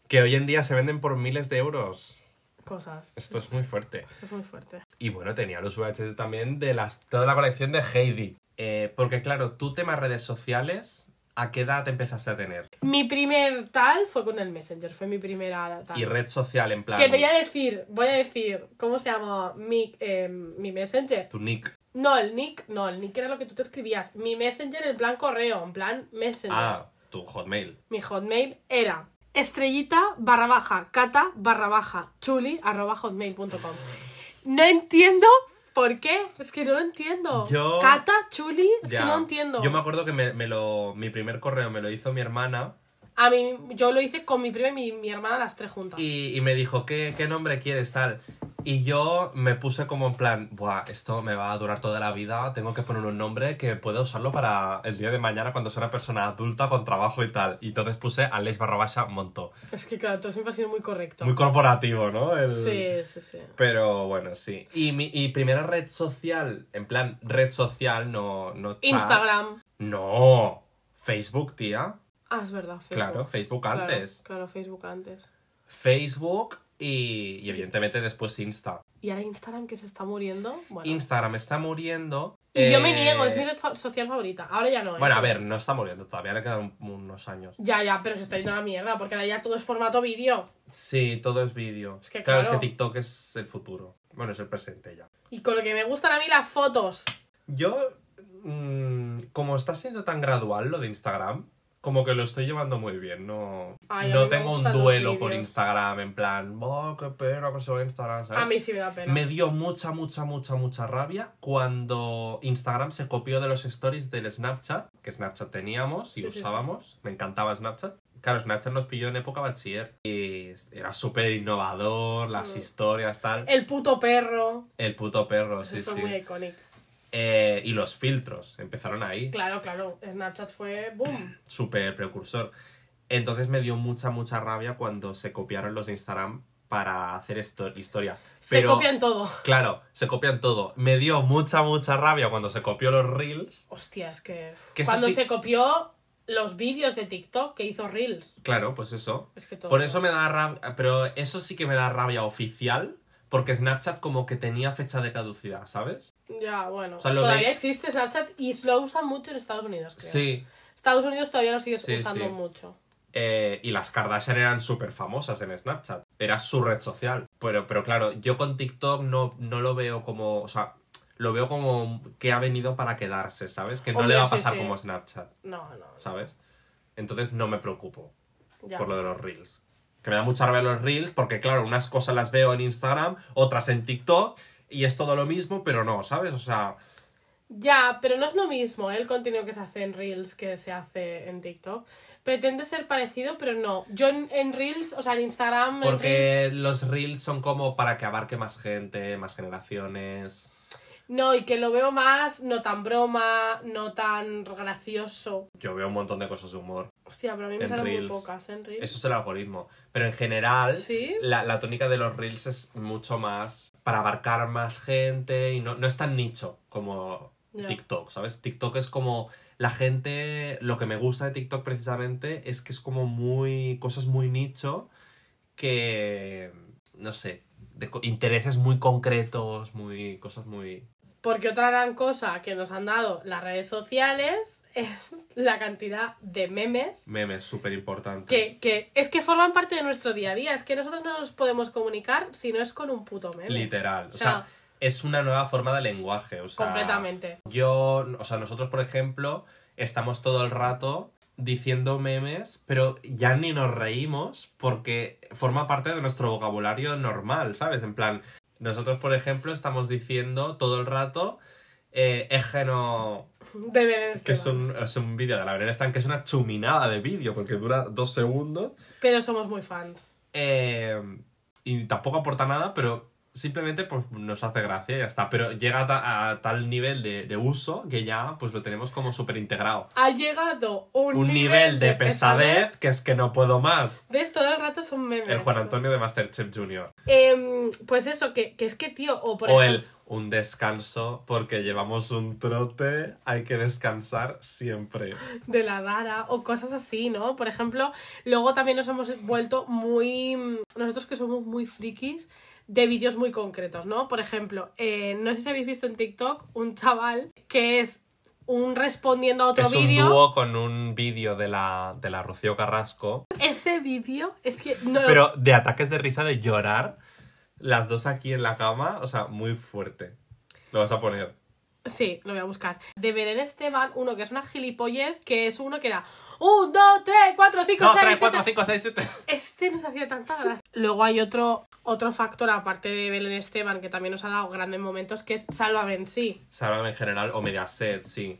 Que hoy en día se venden por miles de euros.
Cosas.
Esto es muy fuerte.
Esto es muy fuerte.
Y bueno, tenía los VHS también de las, toda la colección de Heidi. Eh, porque claro, tú temas redes sociales, ¿a qué edad te empezaste a tener?
Mi primer tal fue con el Messenger, fue mi primera tal.
Y red social en plan...
Que voy a decir, voy a decir, ¿cómo se llama mi, eh, mi Messenger?
Tu nick.
No, el nick, no, el nick era lo que tú te escribías. Mi Messenger en plan correo, en plan Messenger.
Ah, tu hotmail.
Mi hotmail era estrellita barra baja cata barra baja chuli arroba hotmail.com. No entiendo por qué, es que no lo entiendo.
Yo-
Cata, chuli, es
Ya.
que no entiendo.
Yo me acuerdo que me, me lo, mi primer correo me lo hizo mi hermana
A mí, yo lo hice con mi prima y mi, mi hermana las tres juntas.
y, y me dijo, ¿Qué, ¿qué nombre quieres tal? Y yo me puse como en plan, Buah, esto me va a durar toda la vida, tengo que poner un nombre que pueda usarlo para el día de mañana cuando sea una persona adulta con trabajo y tal. Y entonces puse Alex barra baja Monto.
Es que claro, todo siempre ha sido muy correcto.
Muy corporativo, ¿no? El-
sí, sí, sí.
Pero bueno, sí. Y mi y primera red social, en plan, red social, no, no chat.
Instagram.
No, Facebook, tía.
Ah, es verdad, Facebook.
Claro, Facebook
Claro,
antes.
Claro, Facebook antes.
Facebook y, y evidentemente después Insta.
Y ahora Instagram que se está muriendo. Bueno.
Instagram está muriendo.
y yo me
eh,
niego, es mi red fa- social favorita. Ahora ya no. ¿eh?
Bueno, a ver, no está muriendo todavía, le quedan un- unos años.
Ya, ya, pero se está yendo a la mierda porque ahora ya todo es formato vídeo.
Sí, todo es vídeo.
Es que
claro, es
claro.
que TikTok es el futuro. Bueno, es el presente ya.
Y con lo que me gustan a mí las fotos.
Yo, mm, como está siendo tan gradual lo de Instagram, como que lo estoy llevando muy bien. No,
Ay, a mí
no
me
tengo un
gustan los
duelo por
vídeos.
Instagram, en plan, oh, qué pena que se va Instagram, ¿sabes?
A mí sí me da pena.
Me dio mucha, mucha, mucha, mucha rabia cuando Instagram se copió de los stories del Snapchat, que Snapchat teníamos y
Sí, sí, sí.
usábamos. Me encantaba Snapchat. Claro, Snapchat nos pilló en época bachiller y era súper innovador, las
Mm.
historias, tal.
El puto perro.
El puto perro,
Eso
sí,
fue
sí.
muy icónico.
Eh, y los filtros, empezaron ahí,
Claro, claro. Snapchat fue boom.
súper precursor. Entonces me dio mucha, mucha rabia cuando se copiaron los de Instagram para hacer esto- historias.
Se copian todo.
Claro, se copian todo. Me dio mucha, mucha rabia cuando se copió los Reels.
Hostia, es que.
Que eso
Cuando
sí-
se copió los vídeos de TikTok que hizo Reels.
Claro, pues eso.
Es que todo.
Por eso me da rabia. Pero eso sí que me da rabia oficial. Porque Snapchat como que tenía fecha de caducidad, ¿sabes?
Ya, bueno.
O sea, lo
todavía
ve-
existe Snapchat y lo usan mucho en Estados Unidos, creo.
Sí.
Estados Unidos todavía lo sigues
Sí,
usando
sí.
mucho.
Eh, y las Kardashian eran súper famosas en Snapchat. Era su red social. Pero, pero claro, yo con TikTok no, no lo veo como. O sea, lo veo como que ha venido para quedarse, ¿sabes? Que no
Hombre,
le va a
sí,
pasar
sí.
como Snapchat,
No, no. no,
¿sabes? Entonces no me preocupo.
ya.
por lo de los reels. Que me da mucha rabia los reels porque, claro, unas cosas las veo en Instagram, otras en TikTok y es todo lo mismo, pero no, ¿sabes? O sea,
Ya, pero no es lo mismo ¿eh? el contenido que se hace en Reels que se hace en TikTok. Pretende ser parecido, pero no. Yo en, en Reels, o sea, en Instagram, en Reels,
porque los reels son como para que abarque más gente, más generaciones.
no, y que lo veo más, no tan broma, no tan gracioso.
Yo veo un montón de cosas de humor.
Hostia, pero a mí me
En
salen muy
Reels.
pocas ¿eh? en Reels.
Eso es el algoritmo. Pero en general,
Sí.
la, la tónica de los reels es mucho más para abarcar más gente y no, no es tan nicho como
Ya.
TikTok, ¿sabes? TikTok es como la gente, lo que me gusta de TikTok precisamente es que es como muy, cosas muy nicho que, no sé, de co- intereses muy concretos, muy, cosas muy...
Porque otra gran cosa que nos han dado las redes sociales es la cantidad de memes
memes súper importantes.
que, que es que forman parte de nuestro día a día. Es que nosotros no nos podemos comunicar si no es con un puto meme.
Literal.
eh, O sea,
o sea, es una nueva forma de lenguaje, o sea...
completamente.
Yo, o sea, nosotros, por ejemplo, estamos todo el rato diciendo memes, pero ya ni nos reímos porque forma parte de nuestro vocabulario normal, ¿sabes? En plan, nosotros, por ejemplo, estamos diciendo todo el rato eh, Ejeno,
De este Belén Esteban.
que es un, es un vídeo de la Belén Esteban, que es una chuminada de vídeo, porque dura dos segundos.
Pero somos muy fans.
Eh, y tampoco aporta nada, pero simplemente pues, nos hace gracia y ya está. Pero llega a, ta- a tal nivel de, de uso que ya pues lo tenemos como súper integrado.
Ha llegado un,
Un nivel de pesadez que es que no puedo más.
¿Ves? Todo el rato son memes.
El Juan Antonio de Masterchef Junior.
Em, pues eso, que, que es que, tío, o por
O
ejemplo...
el un descanso porque llevamos un trote, hay que descansar siempre.
de la Dara o cosas así, ¿no? Por ejemplo, luego también nos hemos vuelto muy... Nosotros que somos muy frikis de vídeos muy concretos, ¿no? Por ejemplo, eh, no sé si habéis visto en TikTok un chaval que es un respondiendo a otro
Es un
vídeo.
dúo con un vídeo de la, de la Rocío Carrasco.
Ese vídeo es que no lo-
Pero de ataques de risa, de llorar, las dos aquí en la cama, o sea, muy fuerte. Lo vas a poner.
Sí, lo voy a buscar. De Belén Esteban, uno que es una gilipollez, que es uno que era... Un, dos, tres, cuatro, cinco,
No,
seis,
3, 4,
siete".
5, 6, 7.
Este nos hacía tanta gracia. Luego hay otro, otro factor, aparte de Belén Esteban, que también nos ha dado grandes momentos, que es Sálvame en sí.
Sálvame en general o Mediaset, sí.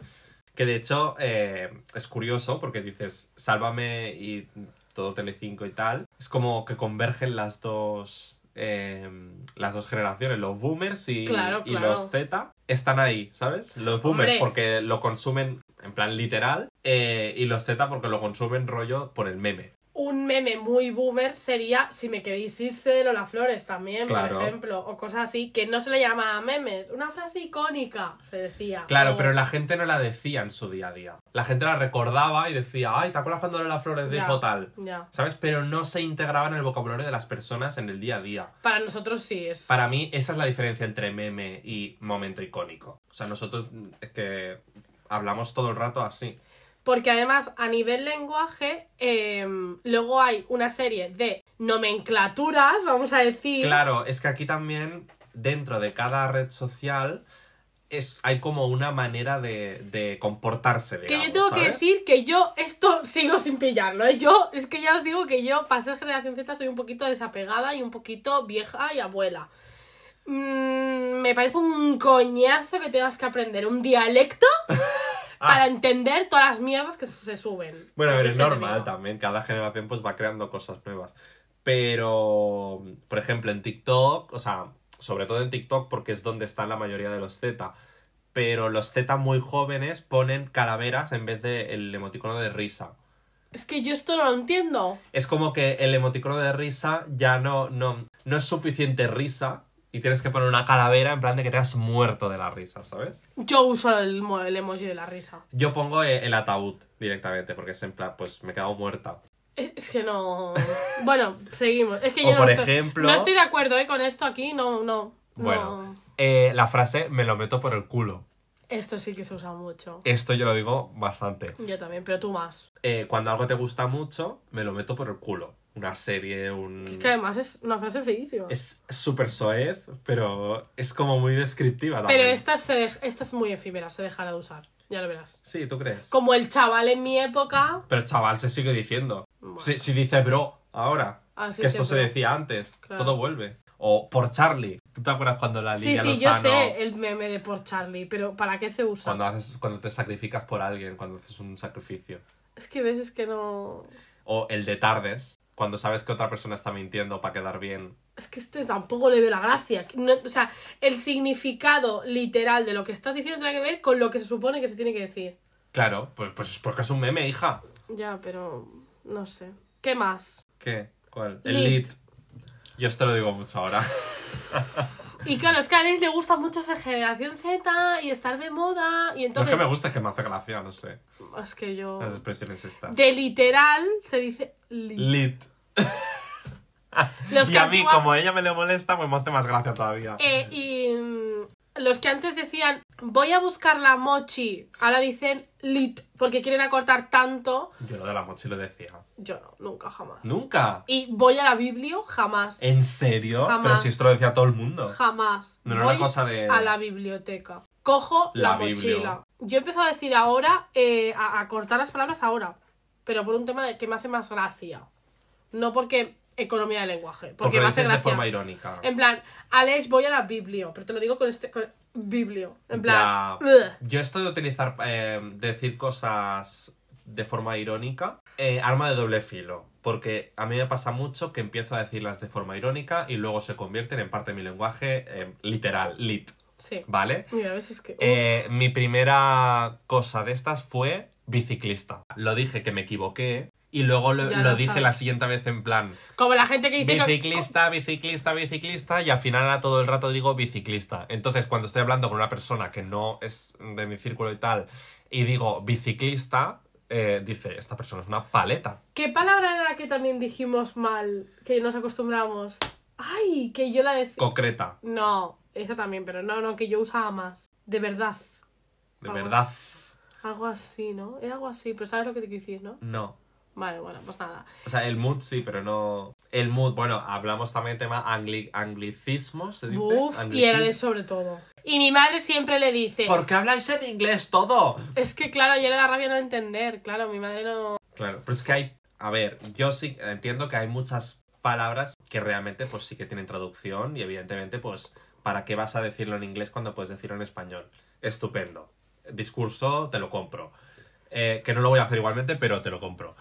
Que de hecho eh, es curioso porque dices Sálvame y todo Telecinco y tal. Es como que convergen las dos eh, las dos generaciones, los boomers y,
Claro,
y
claro.
los Z. Están ahí, ¿sabes? Los boomers
Hombre.
porque lo consumen en plan literal eh, y los Z porque lo consumen rollo por el meme.
Un meme muy boomer sería Si me queréis irse de Lola Flores también,
Claro.
por ejemplo, o cosas así, que no se le llama memes. Una frase icónica, se decía.
Claro,
O-
pero la gente no la decía en su día a día. La gente la recordaba y decía, ay, ¿te acuerdas cuando Lola Flores
Ya.
dijo tal?
Ya.
¿Sabes? Pero no se integraba en el vocabulario de las personas en el día a día.
Para nosotros sí es.
Para mí, esa es la diferencia entre meme y momento icónico. O sea, nosotros mm, es que hablamos todo el rato así.
Porque además, a nivel lenguaje, em, luego hay una serie de nomenclaturas, vamos a decir.
Claro, es que aquí también, dentro de cada red social, es, hay como una manera de, de comportarse,
Que
digamos,
yo tengo que
¿sabes?
decir que yo esto sigo sin pillarlo, ¿eh? Yo, es que ya os digo que yo, para ser generación Z, soy un poquito desapegada y un poquito vieja y abuela. Mm, me parece un coñazo que tengas que aprender un dialecto
Ah,
para entender todas las mierdas que se suben.
Bueno, a ver, es
Fíjate,
normal
digo.
también, cada generación pues va creando cosas nuevas. Pero, por ejemplo, en TikTok, o sea, sobre todo en TikTok porque es donde están la mayoría de los Z, pero los Z muy jóvenes ponen calaveras en vez de el emoticono de risa.
Es que yo esto no lo entiendo.
Es como que el emoticono de risa ya no, no, no es suficiente risa y tienes que poner una calavera en plan de que te has muerto de la risa, ¿sabes?
Yo uso el, mo- el emoji de la risa.
Yo pongo eh, el ataúd directamente porque es en plan, pues me he quedado muerta.
Es es que no. Bueno, seguimos. Es que
O
yo no
por
estoy-
ejemplo-
No estoy de acuerdo ¿eh? con esto aquí, no, no. no.
Bueno, eh, la frase me lo meto por el culo.
Esto sí que se usa mucho.
Esto yo lo digo bastante.
Yo también, pero tú más.
Eh, cuando algo te gusta mucho, me lo meto por el culo. Una serie, un...
Es que además es una frase feísima.
Es súper soez, pero es como muy descriptiva también.
Pero esta, se dej- esta es muy efímera, se dejará de usar. Ya lo verás.
Sí, ¿tú crees?
Como el chaval en mi época.
Pero chaval, se sigue diciendo.
Bueno.
Si, si dice bro, ahora.
Ah, sí,
que esto
sí,
se
bro.
decía antes.
Claro.
Todo vuelve. O por Charlie. ¿Tú te acuerdas cuando la
Sí,
Lidia
sí, yo
Lozano-
sé eh. el meme de por Charlie, pero ¿para qué se usa?
Cuando, haces, cuando te sacrificas por alguien, cuando haces un sacrificio.
Es que veces que no.
O el de tardes, cuando sabes que otra persona está mintiendo para quedar bien.
Es que este tampoco le veo la gracia. No- o sea, el significado literal de lo que estás diciendo tiene que ver con lo que se supone que se tiene que decir.
Claro, pues, pues es porque es un meme, hija.
Ya, pero. No sé. ¿Qué más?
¿Qué? ¿Cuál? El
Lit.
lit. Yo esto lo digo mucho ahora.
Y claro, es que a Alex le gusta mucho esa generación Z y estar de moda. Y
No es
entonces.
que me gusta, es que me hace gracia, no sé.
Es que yo.
Las expresiones estas.
De literal se dice li.
Lit.
Los
y
que
a mí,
actúan-
como ella me le molesta, pues me hace más gracia todavía.
Eh, y mm, los que antes decían voy a buscar la mochi, ahora dicen lit, porque quieren acortar tanto.
Yo lo de la mochila decía.
Yo no, nunca jamás.
¿Nunca?
Y voy a la biblio, jamás.
¿En serio?
Jamás.
Pero si esto lo decía todo el mundo.
Jamás.
No era
Voy
una cosa de-
A la biblioteca. Cojo la,
La biblio.
mochila. Yo he empezado a decir ahora, eh, a, a cortar las palabras ahora, pero por un tema de que me hace más gracia. No porque economía del lenguaje.
Porque
Porque
lo
me hace
dices de forma
gracia.
irónica.
En plan, Alex, voy a la biblio. Pero te lo digo con este. con- biblio. En plan.
Ya.
"Ugh".
Yo esto de utilizar, eh, decir cosas de forma irónica, eh, arma de doble filo. Porque a mí me pasa mucho que empiezo a decirlas de forma irónica y luego se convierten en parte de mi lenguaje eh, literal, lit,
Sí.
¿vale?
Mira, a veces que.
Eh, mi primera cosa de estas fue biciclista. Lo dije que me equivoqué y luego lo,
Ya
lo
lo
dije
sabes.
la siguiente vez en plan
Como la gente que dice. que-
biciclista, biciclista, biciclista y al final a todo el rato digo biciclista. Entonces cuando estoy hablando con una persona que no es de mi círculo y tal y digo biciclista, eh, dice, esta persona es una paleta.
¿Qué palabra era la que también dijimos mal? Que nos acostumbramos. Ay, que yo la decía.
Concreta,
No, esa también, pero no, no, que yo usaba más. De verdad.
de
Ah,
verdad.
Algo así, ¿no? Era algo así, pero sabes lo que te quiero decir, ¿no?
No.
Vale, bueno, pues nada.
O sea, el mood sí, pero no... El mood, bueno, hablamos también de tema angli- anglicismos, se dice.
Buf, y era de
Anglicismos.
sobre todo. Y mi madre siempre le dice.
¿Por qué habláis en inglés todo?
Es que claro, yo le da rabia no entender, claro, mi madre no.
Claro, pero es que hay, a ver, yo sí entiendo que hay muchas palabras que realmente pues sí que tienen traducción y evidentemente pues para qué vas a decirlo en inglés cuando puedes decirlo en español. Estupendo. Discurso, te lo compro. Eh, que no lo voy a hacer igualmente, pero te lo compro.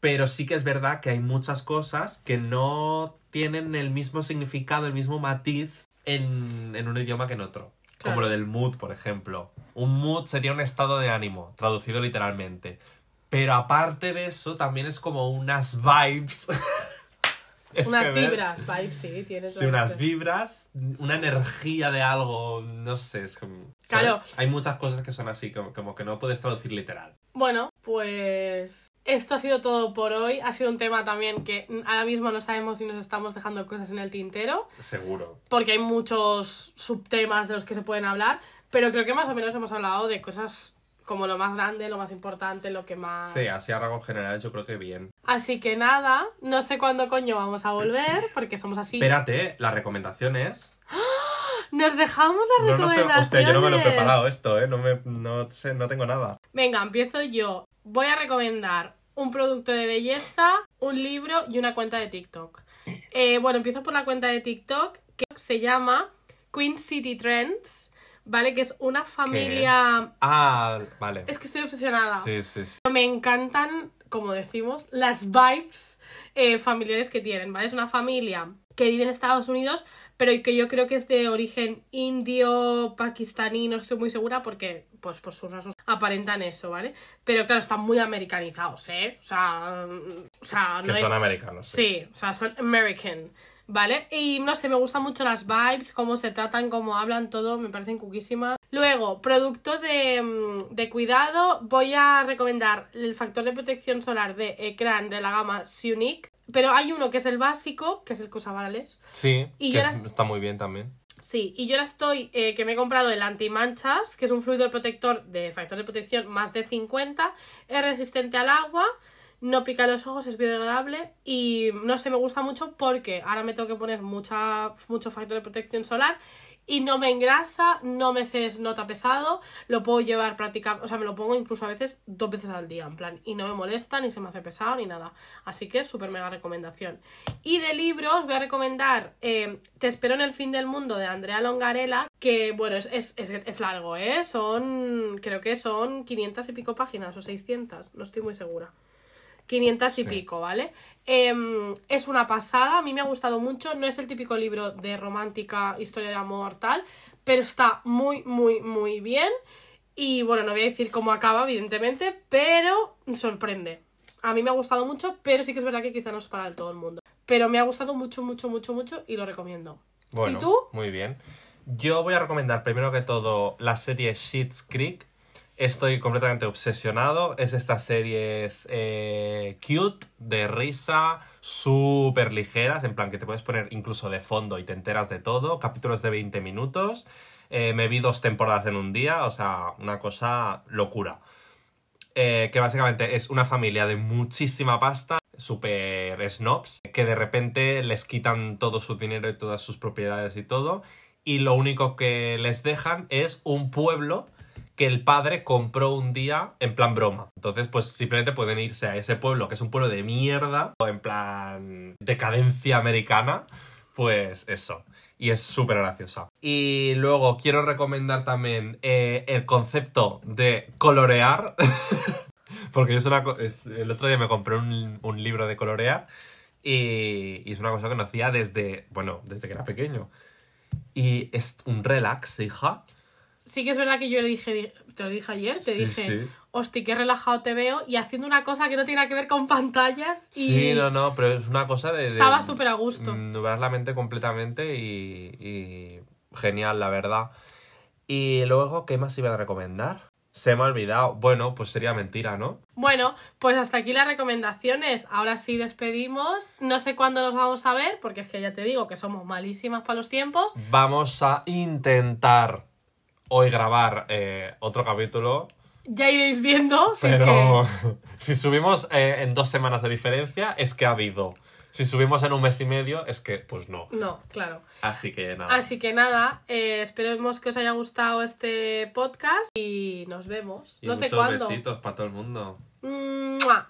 Pero sí que es verdad que hay muchas cosas que no tienen el mismo significado, el mismo matiz en, en un idioma que en otro. Como
Claro.
lo del mood, por ejemplo. Un mood sería un estado de ánimo, traducido literalmente. Pero aparte de eso, también es como unas vibes. Es que
unas
ves-
vibras, vibes, sí, tienes.
Sí, unas vibras, una energía de algo, no sé. Es como, ¿sabes?
Claro.
Hay muchas cosas que son así, como, como que no puedes traducir literal.
Bueno, pues esto ha sido todo por hoy. Ha sido un tema también que ahora mismo no sabemos si nos estamos dejando cosas en el tintero,
Seguro.
porque hay muchos subtemas de los que se pueden hablar, pero creo que más o menos hemos hablado de cosas como lo más grande, lo más importante, lo que más...
Sí, así a rasgos generales yo creo que bien.
Así que nada, no sé cuándo coño vamos a volver, porque somos así.
Espérate, la recomendación es...
Nos dejamos las
No, no sé,
Ah, recomendaciones.
hostia, yo no me lo he preparado esto, ¿eh? No, me, no, sé, no tengo nada.
Venga, empiezo yo. Voy a recomendar un producto de belleza, un libro y una cuenta de TikTok. Eh, bueno, empiezo por la cuenta de TikTok que se llama Queen City Trends, ¿vale? Que es una familia...
Ah, vale.
Es que estoy obsesionada.
Sí, sí, sí.
Me encantan, como decimos, las vibes eh, familiares que tienen, ¿vale? Es una familia que vive en Estados Unidos, pero que yo creo que es de origen indio, pakistaní, no estoy muy segura porque, pues, por sus rasgos aparentan eso, ¿vale? Pero claro, están muy americanizados, ¿eh? O sea, mm, o sea
Que
no es-
son americanos.
Sí, o sea, son American, ¿vale? Y no sé, me gustan mucho las vibes, cómo se tratan, cómo hablan, todo, me parecen cuquísimas. Luego, producto de, mm, de cuidado, voy a recomendar el factor de protección solar de Ecran de la gama Sunic, pero hay uno que es el básico, que es el que usaba Alex.
Sí,
Y
que
yo
es-
las-
está muy bien también.
Sí, y yo ahora estoy, eh, que me he comprado el antimanchas, que es un fluido protector de factor de protección más de 50, es resistente al agua, no pica los ojos, es biodegradable y no sé, me gusta mucho porque ahora me tengo que poner mucha, mucho factor de protección solar y no me engrasa, no me se nota pesado, lo puedo llevar prácticamente, o sea, me lo pongo incluso a veces dos veces al día, en plan, y no me molesta, ni se me hace pesado, ni nada. Así que súper mega recomendación. Y de libros voy a recomendar eh, Te espero en el fin del mundo de Andrea Longarela, que bueno, es, es, es- es largo, ¿eh? Son, creo que son 500 y pico páginas o 600, no estoy muy segura. 500 y
Sí.
pico, ¿vale? Em, es una pasada, a mí me ha gustado mucho, no es el típico libro de romántica, historia de amor, tal, pero está muy, muy, muy bien. Y bueno, no voy a decir cómo acaba, evidentemente, pero sorprende. A mí me ha gustado mucho, pero sí que es verdad que quizá no es para todo el mundo. Pero me ha gustado mucho, mucho, mucho, mucho y lo recomiendo.
Bueno,
¿Y tú?
Muy bien. Yo voy a recomendar primero que todo la serie Shit's Creek. Estoy completamente obsesionado. Es esta serie eh, cute, de risa, súper ligeras, en plan que te puedes poner incluso de fondo y te enteras de todo. Capítulos de 20 minutos. Eh, me vi dos temporadas en un día, o sea, una cosa locura. Eh, que básicamente es una familia de muchísima pasta, super snobs, que de repente les quitan todo su dinero y todas sus propiedades y todo, y lo único que les dejan es un pueblo que el padre compró un día en plan broma. Entonces, pues simplemente pueden irse a ese pueblo, que es un pueblo de mierda, o en plan decadencia americana, pues eso. Y es súper graciosa. Y luego quiero recomendar también eh, el concepto de colorear. Porque yo es una co- es- el otro día me compré un, un libro de colorear. Y, y es una cosa que no hacía desde, bueno, desde que era pequeño. Y es un relax, hija.
Sí que es verdad que yo le dije, di- te lo dije ayer, te
Sí,
dije,
sí.
hosti, qué relajado te veo y haciendo una cosa que no tiene nada que ver con pantallas y
Sí, no, Mm. no, pero es una cosa de... de
estaba súper a gusto.
Nublar la mente completamente y, y genial, la verdad. Y luego, ¿qué más iba a recomendar? Se me ha olvidado. Bueno, pues sería mentira, ¿no?
Bueno, pues hasta aquí las recomendaciones. Ahora sí despedimos. No sé cuándo nos vamos a ver, porque es que ya te digo que somos malísimas para los tiempos.
Vamos a intentar hoy grabar eh, otro capítulo,
Ya iréis viendo si es
pero
que...
si subimos eh, en dos semanas de diferencia es que ha habido. Si subimos en un mes y medio es que, pues no.
No, claro.
Así que nada.
Así que nada, eh, esperemos que os haya gustado este podcast y nos vemos.
Y
no sé
muchos
cuándo. Mm,
besitos para todo el mundo.
¡Mua!